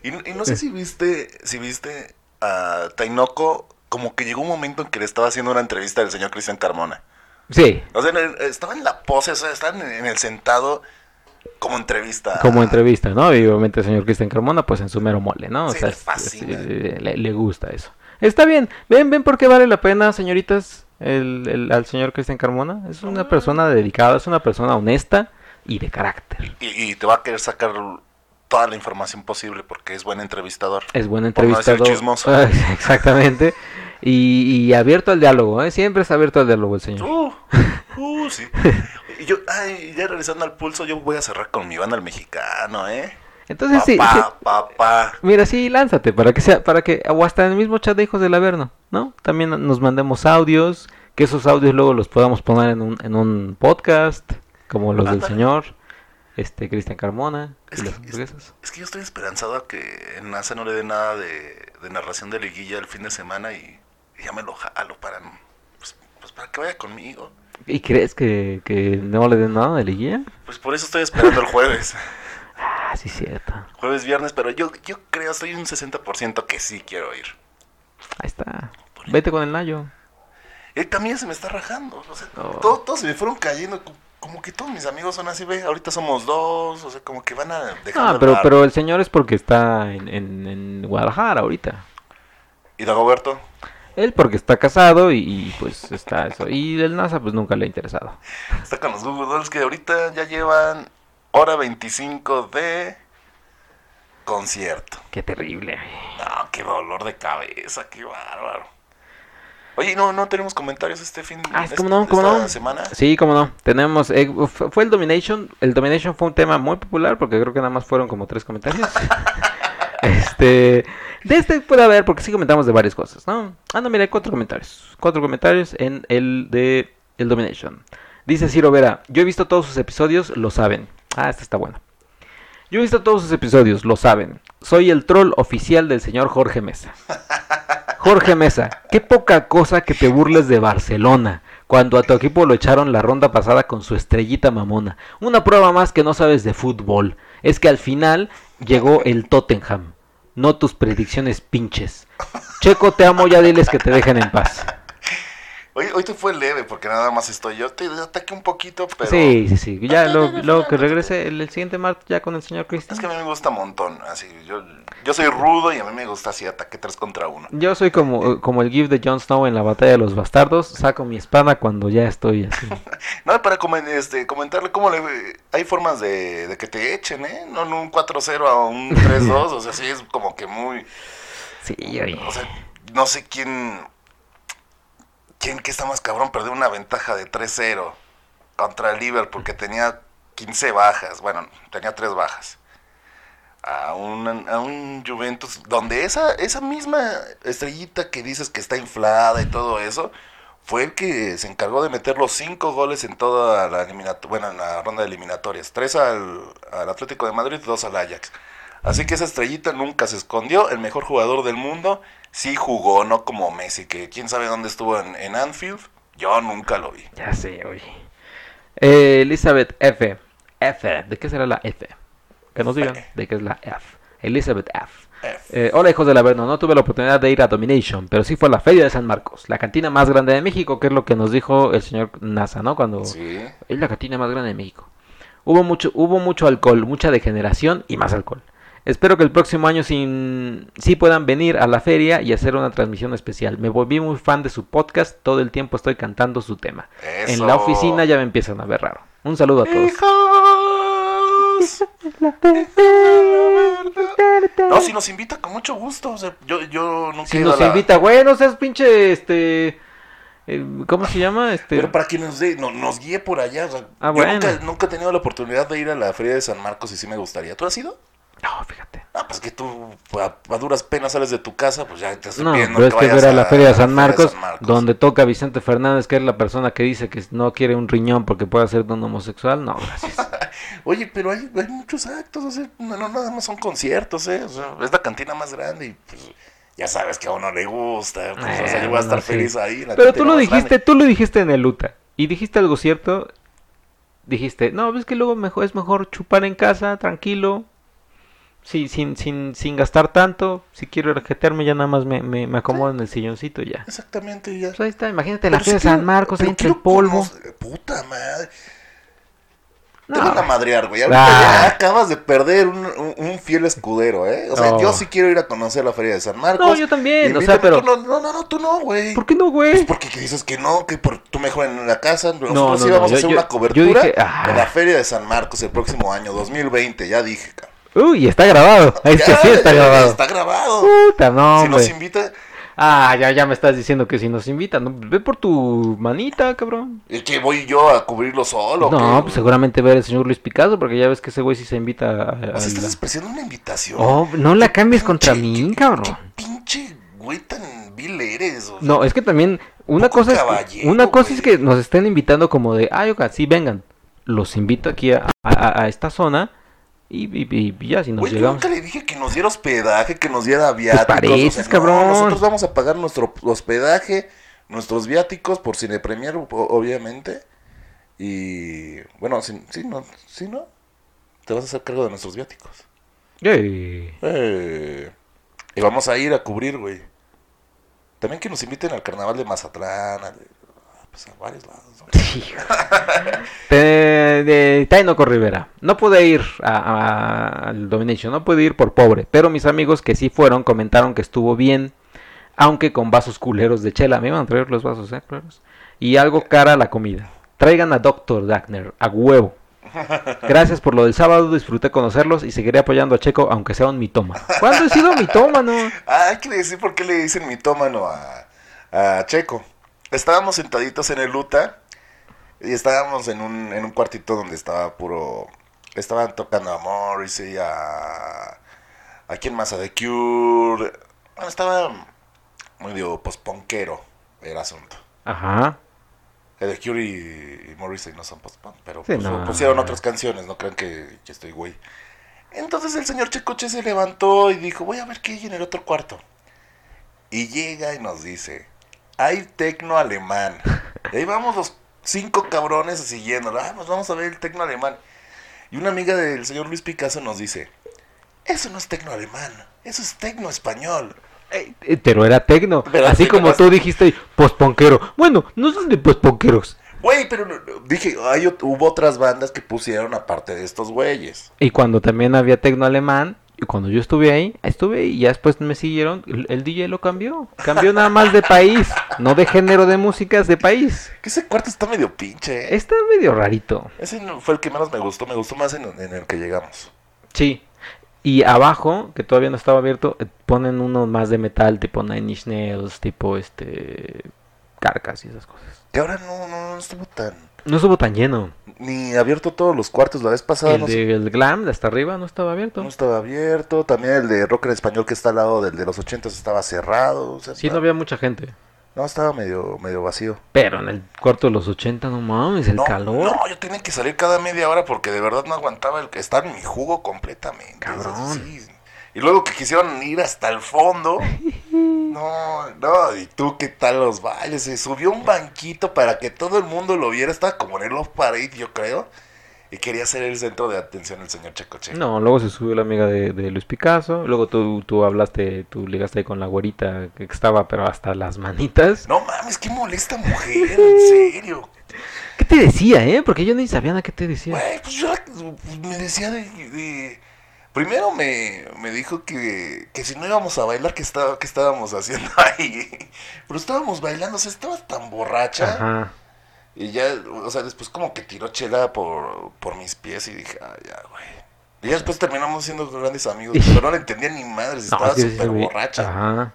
Speaker 1: Y, y no sé si viste, si viste a Tainoco, como que llegó un momento en que le estaba haciendo una entrevista del señor Cristian Carmona.
Speaker 2: Sí,
Speaker 1: O sea, en el- estaba en la pose, o sea, estaban en, en el sentado como entrevista.
Speaker 2: como entrevista, ¿no? Y obviamente el señor Cristian Carmona, pues en su mero mole, ¿no?
Speaker 1: Sí, le
Speaker 2: es-
Speaker 1: fascina.
Speaker 2: es- eh, le, le gusta eso. Está bien, ven, ven por qué vale la pena, señoritas, el, el- al señor Cristian Carmona. Es
Speaker 1: Ah.
Speaker 2: una persona dedicada, es una persona honesta y de carácter.
Speaker 1: Y, y te va a querer sacar toda la información posible porque es buen entrevistador.
Speaker 2: Es buen
Speaker 1: Por no decir
Speaker 2: entrevistador.
Speaker 1: chismoso.
Speaker 2: Ah, Exactamente. Y, y abierto al diálogo, ¿eh? Siempre es abierto al diálogo el señor.
Speaker 1: Uh, uh, sí. Y yo, ay, ya regresando al pulso, yo voy a cerrar con mi banda el mexicano, ¿eh?
Speaker 2: Entonces, sí, sí.
Speaker 1: papá, papá.
Speaker 2: Mira, sí, lánzate, para que sea, para que, o hasta en el mismo chat de Hijos del Averno, ¿no? También nos mandemos audios, que esos audios luego los podamos poner en un, en un podcast, como los del
Speaker 1: Ándale.
Speaker 2: señor, este, Cristian Carmona,
Speaker 1: Es
Speaker 2: y las
Speaker 1: que-
Speaker 2: hamburguesas.
Speaker 1: Es que yo estoy esperanzado a que en NASA no le dé nada de, de narración de liguilla el fin de semana y, y ya me lo jalo para, pues, pues para que vaya conmigo.
Speaker 2: ¿Y crees que, que no le den nada de liguilla?
Speaker 1: Pues por eso estoy esperando el jueves.
Speaker 2: Ah, sí, cierto.
Speaker 1: Jueves, viernes, pero yo, yo creo, estoy un 60% que sí quiero ir.
Speaker 2: Ahí está. Vete con el Nayo.
Speaker 1: Él también se me está rajando. O sea,
Speaker 2: No.
Speaker 1: todos, todos se me fueron cayendo. co- Como que todos mis amigos son así, ve. Ahorita somos dos. O sea, como que van a dejar.
Speaker 2: Ah,
Speaker 1: de
Speaker 2: pero,
Speaker 1: hablar.
Speaker 2: pero el señor es porque está en, en, en Guadalajara ahorita.
Speaker 1: ¿Y Dagoberto?
Speaker 2: Él porque está casado y, y, pues está eso. Y el NASA pues nunca le ha interesado.
Speaker 1: Está con los Google Dolls que ahorita ya llevan hora 25 de concierto.
Speaker 2: Qué terrible.
Speaker 1: No, qué dolor de cabeza, qué bárbaro. Oye, no, no tenemos comentarios este fin
Speaker 2: Ah,
Speaker 1: este-
Speaker 2: cómo no, cómo
Speaker 1: esta
Speaker 2: no.
Speaker 1: semana.
Speaker 2: Sí, como no. Tenemos. eh, fu- fue el Domination. El Domination fue un tema muy popular porque creo que nada más fueron como tres comentarios. este. De este puede haber, porque sí comentamos de varias cosas, ¿no? Ah, no, mira, hay cuatro comentarios. Cuatro comentarios en el de El Domination. Dice Ciro Vera: Yo he visto todos sus episodios, lo saben. Ah, este está bueno. Yo he visto todos sus episodios, lo saben. Soy el troll oficial del señor Jorge Mesa. Jorge Mesa, qué poca cosa que te burles de Barcelona, cuando a tu equipo lo echaron la ronda pasada con su estrellita mamona. Una prueba más que no sabes de fútbol, es que al final llegó el Tottenham, no tus predicciones pinches. Checo, te amo, ya diles que te dejen en paz.
Speaker 1: Hoy, hoy te fue leve porque nada más estoy yo. Te ataqué un poquito, pero.
Speaker 2: Sí, sí, sí, ya luego, luego que regrese el, el siguiente martes ya con el señor
Speaker 1: Es que a
Speaker 2: Cristian.
Speaker 1: mí me gusta un montón. Así, yo, yo soy rudo y a mí me gusta así ataque 3 contra 1.
Speaker 2: Yo soy como, eh, como el gif de Jon Snow en la batalla de los bastardos, saco mi espada cuando ya estoy así.
Speaker 1: Nada, para comen- este, comentarle cómo le. Hay formas de, de que te echen, ¿eh? No en un 4-0 a un 3-2. o sea, sí es como que muy.
Speaker 2: Sí, oye.
Speaker 1: O sea, no sé quién. ¿Quién que está más cabrón perder una ventaja de 3-0 contra el Liverpool, que tenía 15 bajas, bueno, tenía 3 bajas. A un, a un Juventus donde esa, esa misma estrellita que dices que está inflada y todo eso, fue el que se encargó de meter los cinco goles en toda la eliminato- bueno, en la ronda de eliminatorias. Tres al, al Atlético de Madrid, dos al Ajax. Así que esa estrellita nunca se escondió. El mejor jugador del mundo sí jugó, no como Messi, que quién sabe dónde estuvo en, en Anfield. Yo nunca lo vi.
Speaker 2: Ya sé, oye. Eh, Elizabeth F. F. ¿De qué será la F? Que nos digan de qué es la F. Elizabeth F.
Speaker 1: F.
Speaker 2: Eh, hola hijos del Averno, no tuve la oportunidad de ir a Domination, pero sí fue a la Feria de San Marcos, la cantina más grande de México, que es lo que nos dijo el señor NASA, ¿no? Cuando
Speaker 1: Sí.
Speaker 2: es la cantina más grande de México. Hubo mucho, hubo mucho alcohol, mucha degeneración y más alcohol. Espero que el próximo año sin, sí puedan venir a la feria y hacer una transmisión especial. Me volví muy fan de su podcast, todo el tiempo estoy cantando su tema. En la
Speaker 1: Eso.
Speaker 2: oficina ya me empiezan a ver raro. Un saludo a todos.
Speaker 1: Hijos. No, si nos invita con mucho gusto. o sea, yo, yo nunca
Speaker 2: Si
Speaker 1: he ido a
Speaker 2: nos
Speaker 1: la-
Speaker 2: invita, güey, no seas pinche, este... eh, ¿Cómo se llama? Este...
Speaker 1: Pero para que nos, dé- no- nos guíe por allá. o sea,
Speaker 2: Ah,
Speaker 1: yo
Speaker 2: bueno.
Speaker 1: nunca, nunca he tenido la oportunidad de ir a la Feria de San Marcos y sí me gustaría. ¿Tú has ido?
Speaker 2: No, fíjate.
Speaker 1: Ah, pues que tú a, a duras penas sales de tu casa, pues ya te estoy
Speaker 2: No,
Speaker 1: pidiendo
Speaker 2: pero es que
Speaker 1: vayas
Speaker 2: ver a la Feria de
Speaker 1: la
Speaker 2: San Marcos,
Speaker 1: San Marcos.
Speaker 2: donde toca Vicente Fernández, que es la persona que dice que no quiere un riñón porque puede ser de un homosexual, no, gracias.
Speaker 1: Oye, pero hay, hay muchos actos, o sea, no, no nada más son conciertos, ¿eh? O sea, es la cantina más grande y pues ya sabes que a uno le gusta. pues, o sea, yo voy a
Speaker 2: Bueno,
Speaker 1: estar
Speaker 2: sí.
Speaker 1: feliz ahí. en la
Speaker 2: Pero tú
Speaker 1: cantina
Speaker 2: lo
Speaker 1: más
Speaker 2: dijiste,
Speaker 1: grande.
Speaker 2: tú lo dijiste en el Luta. Y dijiste algo cierto. Dijiste, no, es que luego mejor, es mejor chupar en casa, tranquilo. Sí, sin, sin, sin gastar tanto. Si quiero rejetearme, ya nada más me, me, me acomodo en el silloncito y ya.
Speaker 1: Exactamente, ya.
Speaker 2: Pues ahí está, imagínate la
Speaker 1: Pero
Speaker 2: Feria de
Speaker 1: sí quiero-
Speaker 2: San Marcos, ahí
Speaker 1: pero
Speaker 2: entre el
Speaker 1: quiero
Speaker 2: polvo.
Speaker 1: conocer- Puta madre.
Speaker 2: No,
Speaker 1: Te van a
Speaker 2: güey.
Speaker 1: madrear, güey. Ahorita
Speaker 2: Ah.
Speaker 1: ya acabas de perder un, un- un fiel escudero, ¿eh? O sea,
Speaker 2: No.
Speaker 1: yo sí quiero ir a conocer la Feria de San Marcos.
Speaker 2: No, yo también, o
Speaker 1: Invítame,
Speaker 2: sea, pero-
Speaker 1: tú no, no, no, no, tú no, güey.
Speaker 2: ¿Por qué no, güey?
Speaker 1: Pues porque que dices que no, que por, tú mejor en la casa. Nosotros
Speaker 2: No, no,
Speaker 1: sí vamos
Speaker 2: no, yo-
Speaker 1: a hacer
Speaker 2: yo-
Speaker 1: una
Speaker 2: yo
Speaker 1: cobertura
Speaker 2: dije, ah.
Speaker 1: de la Feria de San Marcos el próximo año, 2020. Ya dije, cabrón.
Speaker 2: Uy, está grabado. Este
Speaker 1: Ya,
Speaker 2: sí está
Speaker 1: ya,
Speaker 2: grabado.
Speaker 1: Está grabado.
Speaker 2: Puta, no,
Speaker 1: si nos
Speaker 2: hombre.
Speaker 1: invita,
Speaker 2: Ah, ya, ya me estás diciendo que si nos invitan. ¿no? Ve por tu manita, cabrón.
Speaker 1: ¿y eh, que voy yo a cubrirlo solo. o
Speaker 2: No,
Speaker 1: qué?
Speaker 2: pues seguramente ver al señor Luis Picasso, porque ya ves que ese güey sí se invita a. a-
Speaker 1: O sea, Pues, estás expresando una invitación.
Speaker 2: Oh, no la cambies contra
Speaker 1: Pinche-
Speaker 2: mí,
Speaker 1: qué-
Speaker 2: cabrón.
Speaker 1: qué pinche güey tan vil eres. o sea.
Speaker 2: No, es que también una
Speaker 1: Poco
Speaker 2: cosa, es,
Speaker 1: caballero,
Speaker 2: una cosa es
Speaker 1: güey.
Speaker 2: que nos estén invitando como de, ay, oiga, sí, vengan. Los invito aquí a, a- a esta zona y, y- y ya, si nos
Speaker 1: Güey, yo
Speaker 2: llegamos. Pues
Speaker 1: nunca le dije que nos diera hospedaje, que nos diera viáticos.
Speaker 2: pareces,
Speaker 1: no,
Speaker 2: cabrón.
Speaker 1: nosotros vamos a pagar nuestro hospedaje, nuestros viáticos por Cine Premier, o- obviamente. Y bueno, si, si no, si no, te vas a hacer cargo de nuestros viáticos.
Speaker 2: Yay.
Speaker 1: Eh, y vamos a ir a cubrir, güey. También que nos inviten al carnaval de Mazatlán, al- pues, a varios lados. güey.
Speaker 2: Hijo. Te- de Tainoco Rivera. No pude ir a- a- al Domination, no pude ir por pobre, pero mis amigos que sí fueron comentaron que estuvo bien, aunque con vasos culeros de chela. Me iban a traer los vasos, ¿eh? Culeros. Y algo cara la comida. Traigan a Dr. Dagner, a huevo. Gracias por lo del sábado, disfruté conocerlos y seguiré apoyando a Checo, aunque sea un mitoma. ¿Cuándo he sido mitómano?
Speaker 1: Ah, hay que decir por qué le dicen mitómano a, a Checo. Estábamos sentaditos en el Luta y estábamos en un, en un cuartito donde estaba puro. Estaban tocando a Morrissey, a. ¿A quién más? A The Cure. Bueno, estaba medio posponquero el asunto.
Speaker 2: Ajá.
Speaker 1: Eh, The Cure y, y Morrissey no son post-punk, pero
Speaker 2: Sí,
Speaker 1: pues,
Speaker 2: no.
Speaker 1: pusieron otras canciones, no crean que, que estoy güey. Entonces el señor Checoche se levantó y dijo, voy a ver qué hay en el otro cuarto. Y llega y nos dice, hay tecno alemán. Y ahí vamos los cinco cabrones siguiéndolo. Ah, pues vamos a ver el tecno alemán. Y una amiga del señor Luis Picasso nos dice, eso no es tecno alemán, eso es tecno español.
Speaker 2: Eh, eh, Pero era tecno,
Speaker 1: Pero
Speaker 2: así
Speaker 1: sí,
Speaker 2: como
Speaker 1: pero-
Speaker 2: tú dijiste, posponquero. Bueno, no son de posponqueros.
Speaker 1: Güey, pero no- no, dije, hay ot- hubo otras bandas que pusieron aparte de estos güeyes.
Speaker 2: Y cuando también había tecno alemán, y cuando yo estuve ahí, estuve ahí, y ya después me siguieron, el, el DJ lo cambió. Cambió nada más de país, no de género de músicas, de país.
Speaker 1: Que ese cuarto está medio pinche, ¿eh?
Speaker 2: Está medio rarito.
Speaker 1: Ese no- fue el que menos me gustó, me gustó más en, en el que llegamos.
Speaker 2: Sí. Y abajo, que todavía no estaba abierto, eh, ponen uno más de metal, tipo Nine Inch Nails, tipo este... carcas y esas cosas.
Speaker 1: Y ahora no, no, no estuvo tan.
Speaker 2: No estuvo tan lleno.
Speaker 1: Ni abierto todos los cuartos. La vez pasada
Speaker 2: El
Speaker 1: no, se-
Speaker 2: de el Glam, de hasta arriba, no estaba abierto.
Speaker 1: no estaba abierto. También el de rock en español que está al lado del de los 80 estaba cerrado. o sea,
Speaker 2: Sí, no
Speaker 1: estaba-
Speaker 2: había mucha gente.
Speaker 1: no, estaba medio, medio vacío.
Speaker 2: Pero en el cuarto de los 80, no mames, el
Speaker 1: no,
Speaker 2: calor.
Speaker 1: No, yo tenía que salir cada media hora porque de verdad no aguantaba el que estar en mi jugo completamente.
Speaker 2: Cabrón.
Speaker 1: Sí. Y luego que quisieron ir hasta el fondo. No, no, y tú qué tal los bailes. Se subió un banquito para que todo el mundo lo viera. Estaba como en el off parade, yo creo. Y quería ser el centro de atención el señor Checoche.
Speaker 2: No, luego se subió la amiga de, de Luis Picasso. Luego tú, tú hablaste, tú ligaste ahí con la güerita que estaba, pero hasta las manitas.
Speaker 1: No mames, qué molesta mujer, en serio.
Speaker 2: ¿Qué te decía, eh? Porque yo ni sabía nada que te decía.
Speaker 1: Güey, pues yo pues, me decía de... de- Primero me, me dijo que, que si no íbamos a bailar, que, estaba, que estábamos haciendo ahí. Pero estábamos bailando, o sea, estaba tan borracha.
Speaker 2: Ajá.
Speaker 1: Y ya, o sea, después como que tiró chela por, por mis pies y dije, ah, ya, güey. Y ya después terminamos siendo grandes amigos, pero no le entendía ni madres,
Speaker 2: No,
Speaker 1: estaba
Speaker 2: sí, sí,
Speaker 1: súper
Speaker 2: sí.
Speaker 1: borracha.
Speaker 2: Ajá.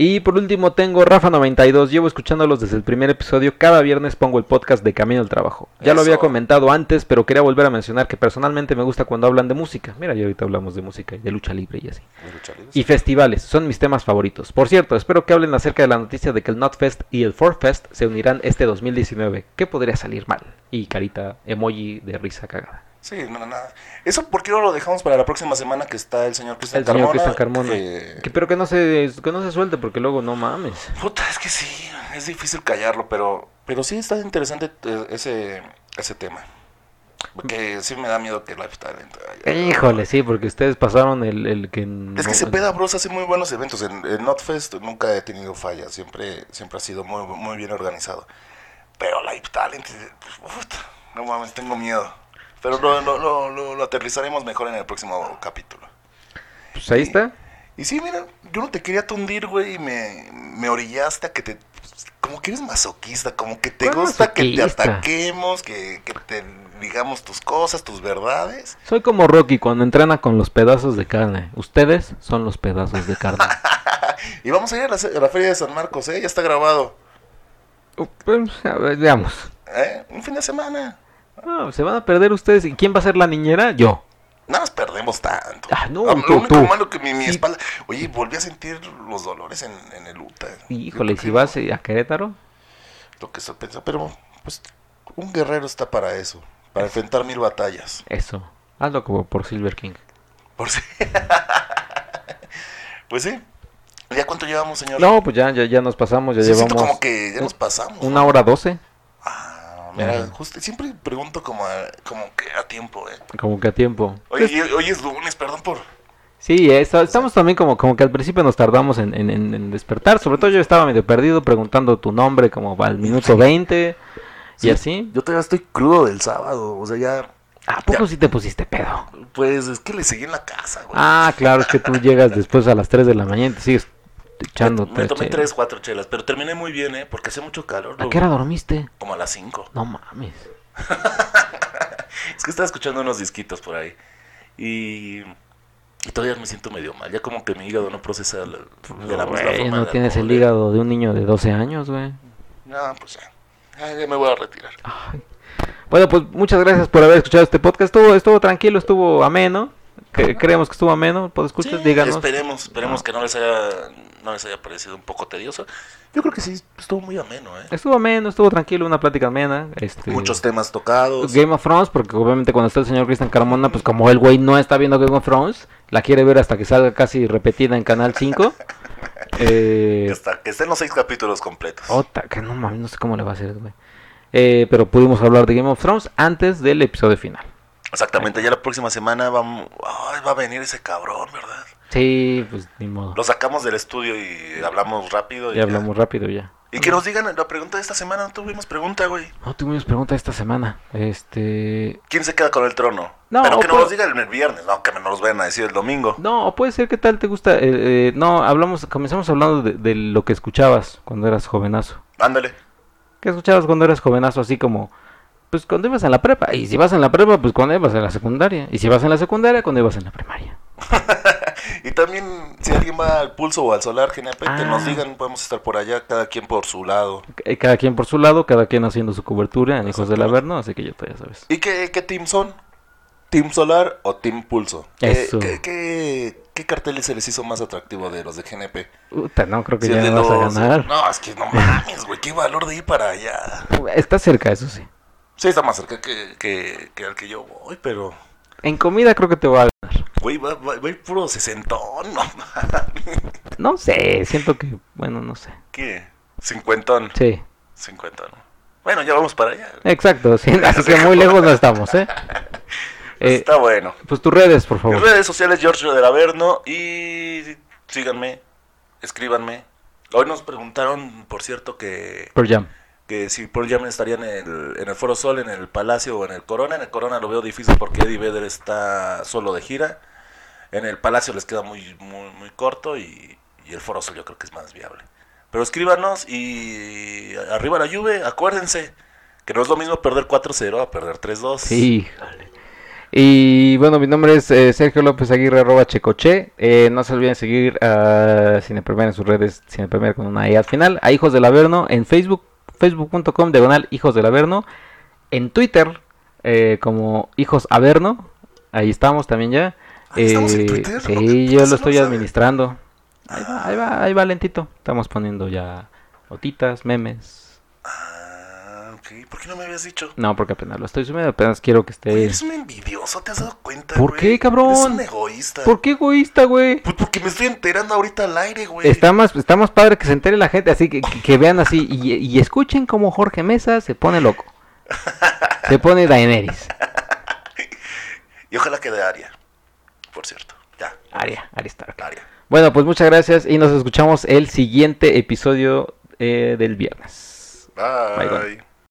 Speaker 2: Y por último tengo Rafa92. Llevo escuchándolos desde el primer episodio. Cada viernes pongo el podcast de Camino al Trabajo. Ya lo
Speaker 1: Eso.
Speaker 2: había comentado antes, pero quería volver a mencionar que personalmente me gusta cuando hablan de música. Mira, ya ahorita hablamos de música y de lucha libre y así.
Speaker 1: Pero, chale,
Speaker 2: Y festivales, son mis temas favoritos. Por cierto, espero que hablen acerca de la noticia de que el Notfest y el Forfest se unirán este 2019. ¿Qué podría salir mal? Y carita, emoji de risa cagada.
Speaker 1: Sí, no, nada. Eso, ¿por qué no lo dejamos para la próxima semana que está el señor Cristian
Speaker 2: El señor
Speaker 1: Carmona?
Speaker 2: Cristian Carmona.
Speaker 1: que-
Speaker 2: Que- pero que no, se, que no se suelte porque luego no mames.
Speaker 1: Puta, es que sí, es difícil callarlo, pero, pero sí está interesante eh, ese, ese tema. Porque sí me da miedo que Lifestyle entre
Speaker 2: Eh,
Speaker 1: allá.
Speaker 2: Híjole, sí, porque ustedes pasaron el, el que...
Speaker 1: Es que
Speaker 2: eh.
Speaker 1: Cepeda Bros hace muy buenos eventos. En, en Notfest nunca he tenido fallas. Siempre, siempre ha sido muy, muy bien organizado. Pero Live Talent, puta, no mames, tengo miedo. Pero lo, lo, lo, lo- lo aterrizaremos mejor en el próximo capítulo.
Speaker 2: Pues ahí está.
Speaker 1: Y sí, mira, yo no te quería tundir, güey, y me, me orillaste a que te... Como que eres masoquista, como que te
Speaker 2: ¿Cuál
Speaker 1: gusta que te
Speaker 2: masoquista?
Speaker 1: ataquemos, que, que te digamos tus cosas, tus verdades.
Speaker 2: Soy como Rocky cuando entrena con los pedazos de carne. Ustedes son los pedazos de carne.
Speaker 1: Y vamos a ir a la, a la feria de San Marcos, ¿eh? Ya está grabado.
Speaker 2: Uh, pues, a ver, veamos.
Speaker 1: ¿Eh? Un fin de semana.
Speaker 2: Ah, se van a perder ustedes. ¿Y quién va a ser la niñera? Yo.
Speaker 1: Nada más perdemos tanto.
Speaker 2: Ah, no,
Speaker 1: Lo
Speaker 2: tú,
Speaker 1: único
Speaker 2: tú.
Speaker 1: malo que mi, mi
Speaker 2: Sí.
Speaker 1: espalda... Oye, volví a sentir los dolores en, en el UTA.
Speaker 2: Híjole,
Speaker 1: Yo
Speaker 2: si
Speaker 1: creo
Speaker 2: vas eh, a Querétaro,
Speaker 1: que- Lo que se pensó, pero pues un guerrero está para eso, para enfrentar mil batallas.
Speaker 2: eso. Hazlo como por Silver King.
Speaker 1: Por si. pues sí. ¿Ya cuánto llevamos, señor?
Speaker 2: No, pues ya, ya, ya nos pasamos, ya
Speaker 1: Sí, siento como
Speaker 2: llevamos
Speaker 1: que ya nos pasamos.
Speaker 2: una hora doce,
Speaker 1: Ah, mira,
Speaker 2: Ajá.
Speaker 1: justo, siempre pregunto como, a- como que a tiempo, ¿eh?
Speaker 2: como que a tiempo.
Speaker 1: Oye, y- hoy es lunes, perdón por...
Speaker 2: Sí, esta- estamos también como, como que al principio nos tardamos en, en- en- en despertar. Sobre todo yo estaba medio perdido preguntando tu nombre como al minuto 20 y
Speaker 1: Sí,
Speaker 2: así.
Speaker 1: Yo todavía estoy crudo del sábado, o sea, ya...
Speaker 2: ¿A poco
Speaker 1: Ya.
Speaker 2: sí te pusiste pedo?
Speaker 1: Pues es que le seguí en la casa, güey.
Speaker 2: Ah, claro, es que tú llegas después a las 3 de la mañana y te sigues echando
Speaker 1: Me
Speaker 2: tres
Speaker 1: tomé
Speaker 2: chelas.
Speaker 1: tres, cuatro chelas, pero terminé muy bien, ¿eh? Porque hace mucho calor.
Speaker 2: ¿A
Speaker 1: luego,
Speaker 2: qué hora dormiste?
Speaker 1: Como a las cinco.
Speaker 2: No mames.
Speaker 1: Es que estaba escuchando unos disquitos por ahí. Y... y todavía me siento medio mal. Ya como que mi hígado no procesa la- de la misma
Speaker 2: Güey,
Speaker 1: forma
Speaker 2: no
Speaker 1: el
Speaker 2: tienes el
Speaker 1: alcohol, ¿eh?
Speaker 2: hígado de un niño de 12 años, güey.
Speaker 1: No, pues ya. Ah, ya me voy a retirar.
Speaker 2: Ay. Bueno, pues muchas gracias por haber escuchado este podcast. Estuvo, estuvo tranquilo, estuvo ameno. Que, creemos que estuvo ameno. Pues escuchas,
Speaker 1: Sí,
Speaker 2: díganos. Ah.
Speaker 1: Esperemos, esperemos que no les haya no les haya parecido un poco tedioso. Yo creo que sí estuvo muy ameno, ¿eh?
Speaker 2: Estuvo ameno, estuvo tranquilo, una plática amena. Este,
Speaker 1: Muchos temas tocados.
Speaker 2: Game of Thrones, porque obviamente cuando está el señor Cristian Carmona, pues como el güey no está viendo Game of Thrones, la quiere ver hasta que salga casi repetida en Canal 5.
Speaker 1: Que,
Speaker 2: eh,
Speaker 1: está- que estén los seis capítulos completos.
Speaker 2: Ota, que no mames, no sé cómo le va a hacer, güey. Eh, pero pudimos hablar de Game of Thrones antes del episodio final.
Speaker 1: Exactamente, ya la próxima semana vamos, ay, va a venir ese cabrón, ¿verdad?
Speaker 2: Sí, pues ni modo.
Speaker 1: Lo sacamos del estudio y hablamos rápido. Y,
Speaker 2: Ya hablamos rápido ya.
Speaker 1: Y que nos digan la pregunta de esta semana, no tuvimos pregunta, güey.
Speaker 2: No tuvimos pregunta esta semana. Este.
Speaker 1: ¿Quién se queda con el trono?
Speaker 2: No,
Speaker 1: Pero que
Speaker 2: o
Speaker 1: no
Speaker 2: por-
Speaker 1: nos digan el viernes, no, que no nos vayan a decir el domingo.
Speaker 2: No, o puede ser que tal te gusta. eh, eh, no, hablamos, comenzamos hablando de, de lo que escuchabas cuando eras jovenazo.
Speaker 1: Ándale.
Speaker 2: ¿Qué escuchabas cuando eras jovenazo? Así como, pues cuando ibas en la prepa. Y si vas en la prepa, pues cuando ibas en la secundaria. Y si vas en la secundaria, cuando ibas en la primaria.
Speaker 1: Y también, si alguien va al Pulso o al Solar GNP,
Speaker 2: Ah.
Speaker 1: que nos digan, podemos estar por allá, cada quien por su lado.
Speaker 2: Eh, Cada quien por su lado, cada quien haciendo su cobertura en Hijos del Averno, así que ya, tú ya sabes.
Speaker 1: ¿Y qué, qué team son? ¿Team Solar o Team Pulso? ¿Qué,
Speaker 2: Eso.
Speaker 1: qué- qué- qué carteles se les hizo más atractivo de los de GNP?
Speaker 2: Puta, no creo que
Speaker 1: Si el
Speaker 2: ya
Speaker 1: de
Speaker 2: me vas
Speaker 1: los-
Speaker 2: a ganar.
Speaker 1: No, es que no mames, güey, qué valor de ir para allá.
Speaker 2: Está cerca, eso sí.
Speaker 1: Sí, está más cerca que, que, que al que yo voy, pero...
Speaker 2: En comida creo que te va a ganar.
Speaker 1: Güey, va, va, va a ir puro sesentón, no mames.
Speaker 2: No sé, siento que, bueno, no sé.
Speaker 1: ¿Qué? Cincuentón.
Speaker 2: Sí,
Speaker 1: Cincuentón. Bueno, ya vamos para allá.
Speaker 2: exacto. sí, así que muy lejos no estamos, ¿eh? Eh,
Speaker 1: Está bueno.
Speaker 2: pues tus redes, por
Speaker 1: Mis
Speaker 2: favor.
Speaker 1: redes sociales, Giorgio del Averno. Y síganme, escríbanme. Hoy nos preguntaron, por cierto, que,
Speaker 2: Pearl Jam.
Speaker 1: que si Paul Jam estaría en el, en el Foro Sol, en el Palacio o en el Corona. En el Corona lo veo difícil porque Eddie Vedder está solo de gira. En el Palacio les queda muy, muy, muy corto y, y el Foro Sol yo creo que es más viable. Pero escríbanos y arriba la lluvia, acuérdense que no es lo mismo perder 4-0 a perder 3-2.
Speaker 2: Híjole. Y bueno, mi nombre es eh, Sergio López Aguirre, arroba Checoche. Eh, no se olviden seguir a Cinepremier en sus redes, Cinepremier con una I al final. A Hijos del Averno en Facebook, facebook.com, diagonal Hijos del Averno. En Twitter, eh, como Hijos Averno. Ahí estamos también ya. Eh,
Speaker 1: Ahí Ah, estamos en Twitter, ¿no? ¿Qué
Speaker 2: sí, yo
Speaker 1: pasa?
Speaker 2: lo estoy
Speaker 1: No sabe.
Speaker 2: administrando. Ahí, ahí va, ahí va lentito. Estamos poniendo ya notitas, memes.
Speaker 1: Ah, ok. ¿Por qué no me habías dicho?
Speaker 2: No, porque apenas lo estoy subiendo, apenas quiero que esté...
Speaker 1: Güey, eres un envidioso, ¿te has dado cuenta?
Speaker 2: ¿Por
Speaker 1: güey?
Speaker 2: qué, cabrón?
Speaker 1: Eres un egoísta.
Speaker 2: ¿Por qué egoísta, güey?
Speaker 1: Pues porque me estoy enterando ahorita al aire, güey.
Speaker 2: Está más, está más padre que se entere la gente, así que, que- que vean así y, y escuchen cómo Jorge Mesa se pone loco. Se pone Daenerys.
Speaker 1: Y ojalá quede Aria. Por cierto. Ya,
Speaker 2: Aria, Aria Stark.
Speaker 1: Aria.
Speaker 2: Bueno, pues muchas gracias y nos escuchamos el siguiente episodio eh, del viernes. Bye,
Speaker 1: Bye.
Speaker 2: bye.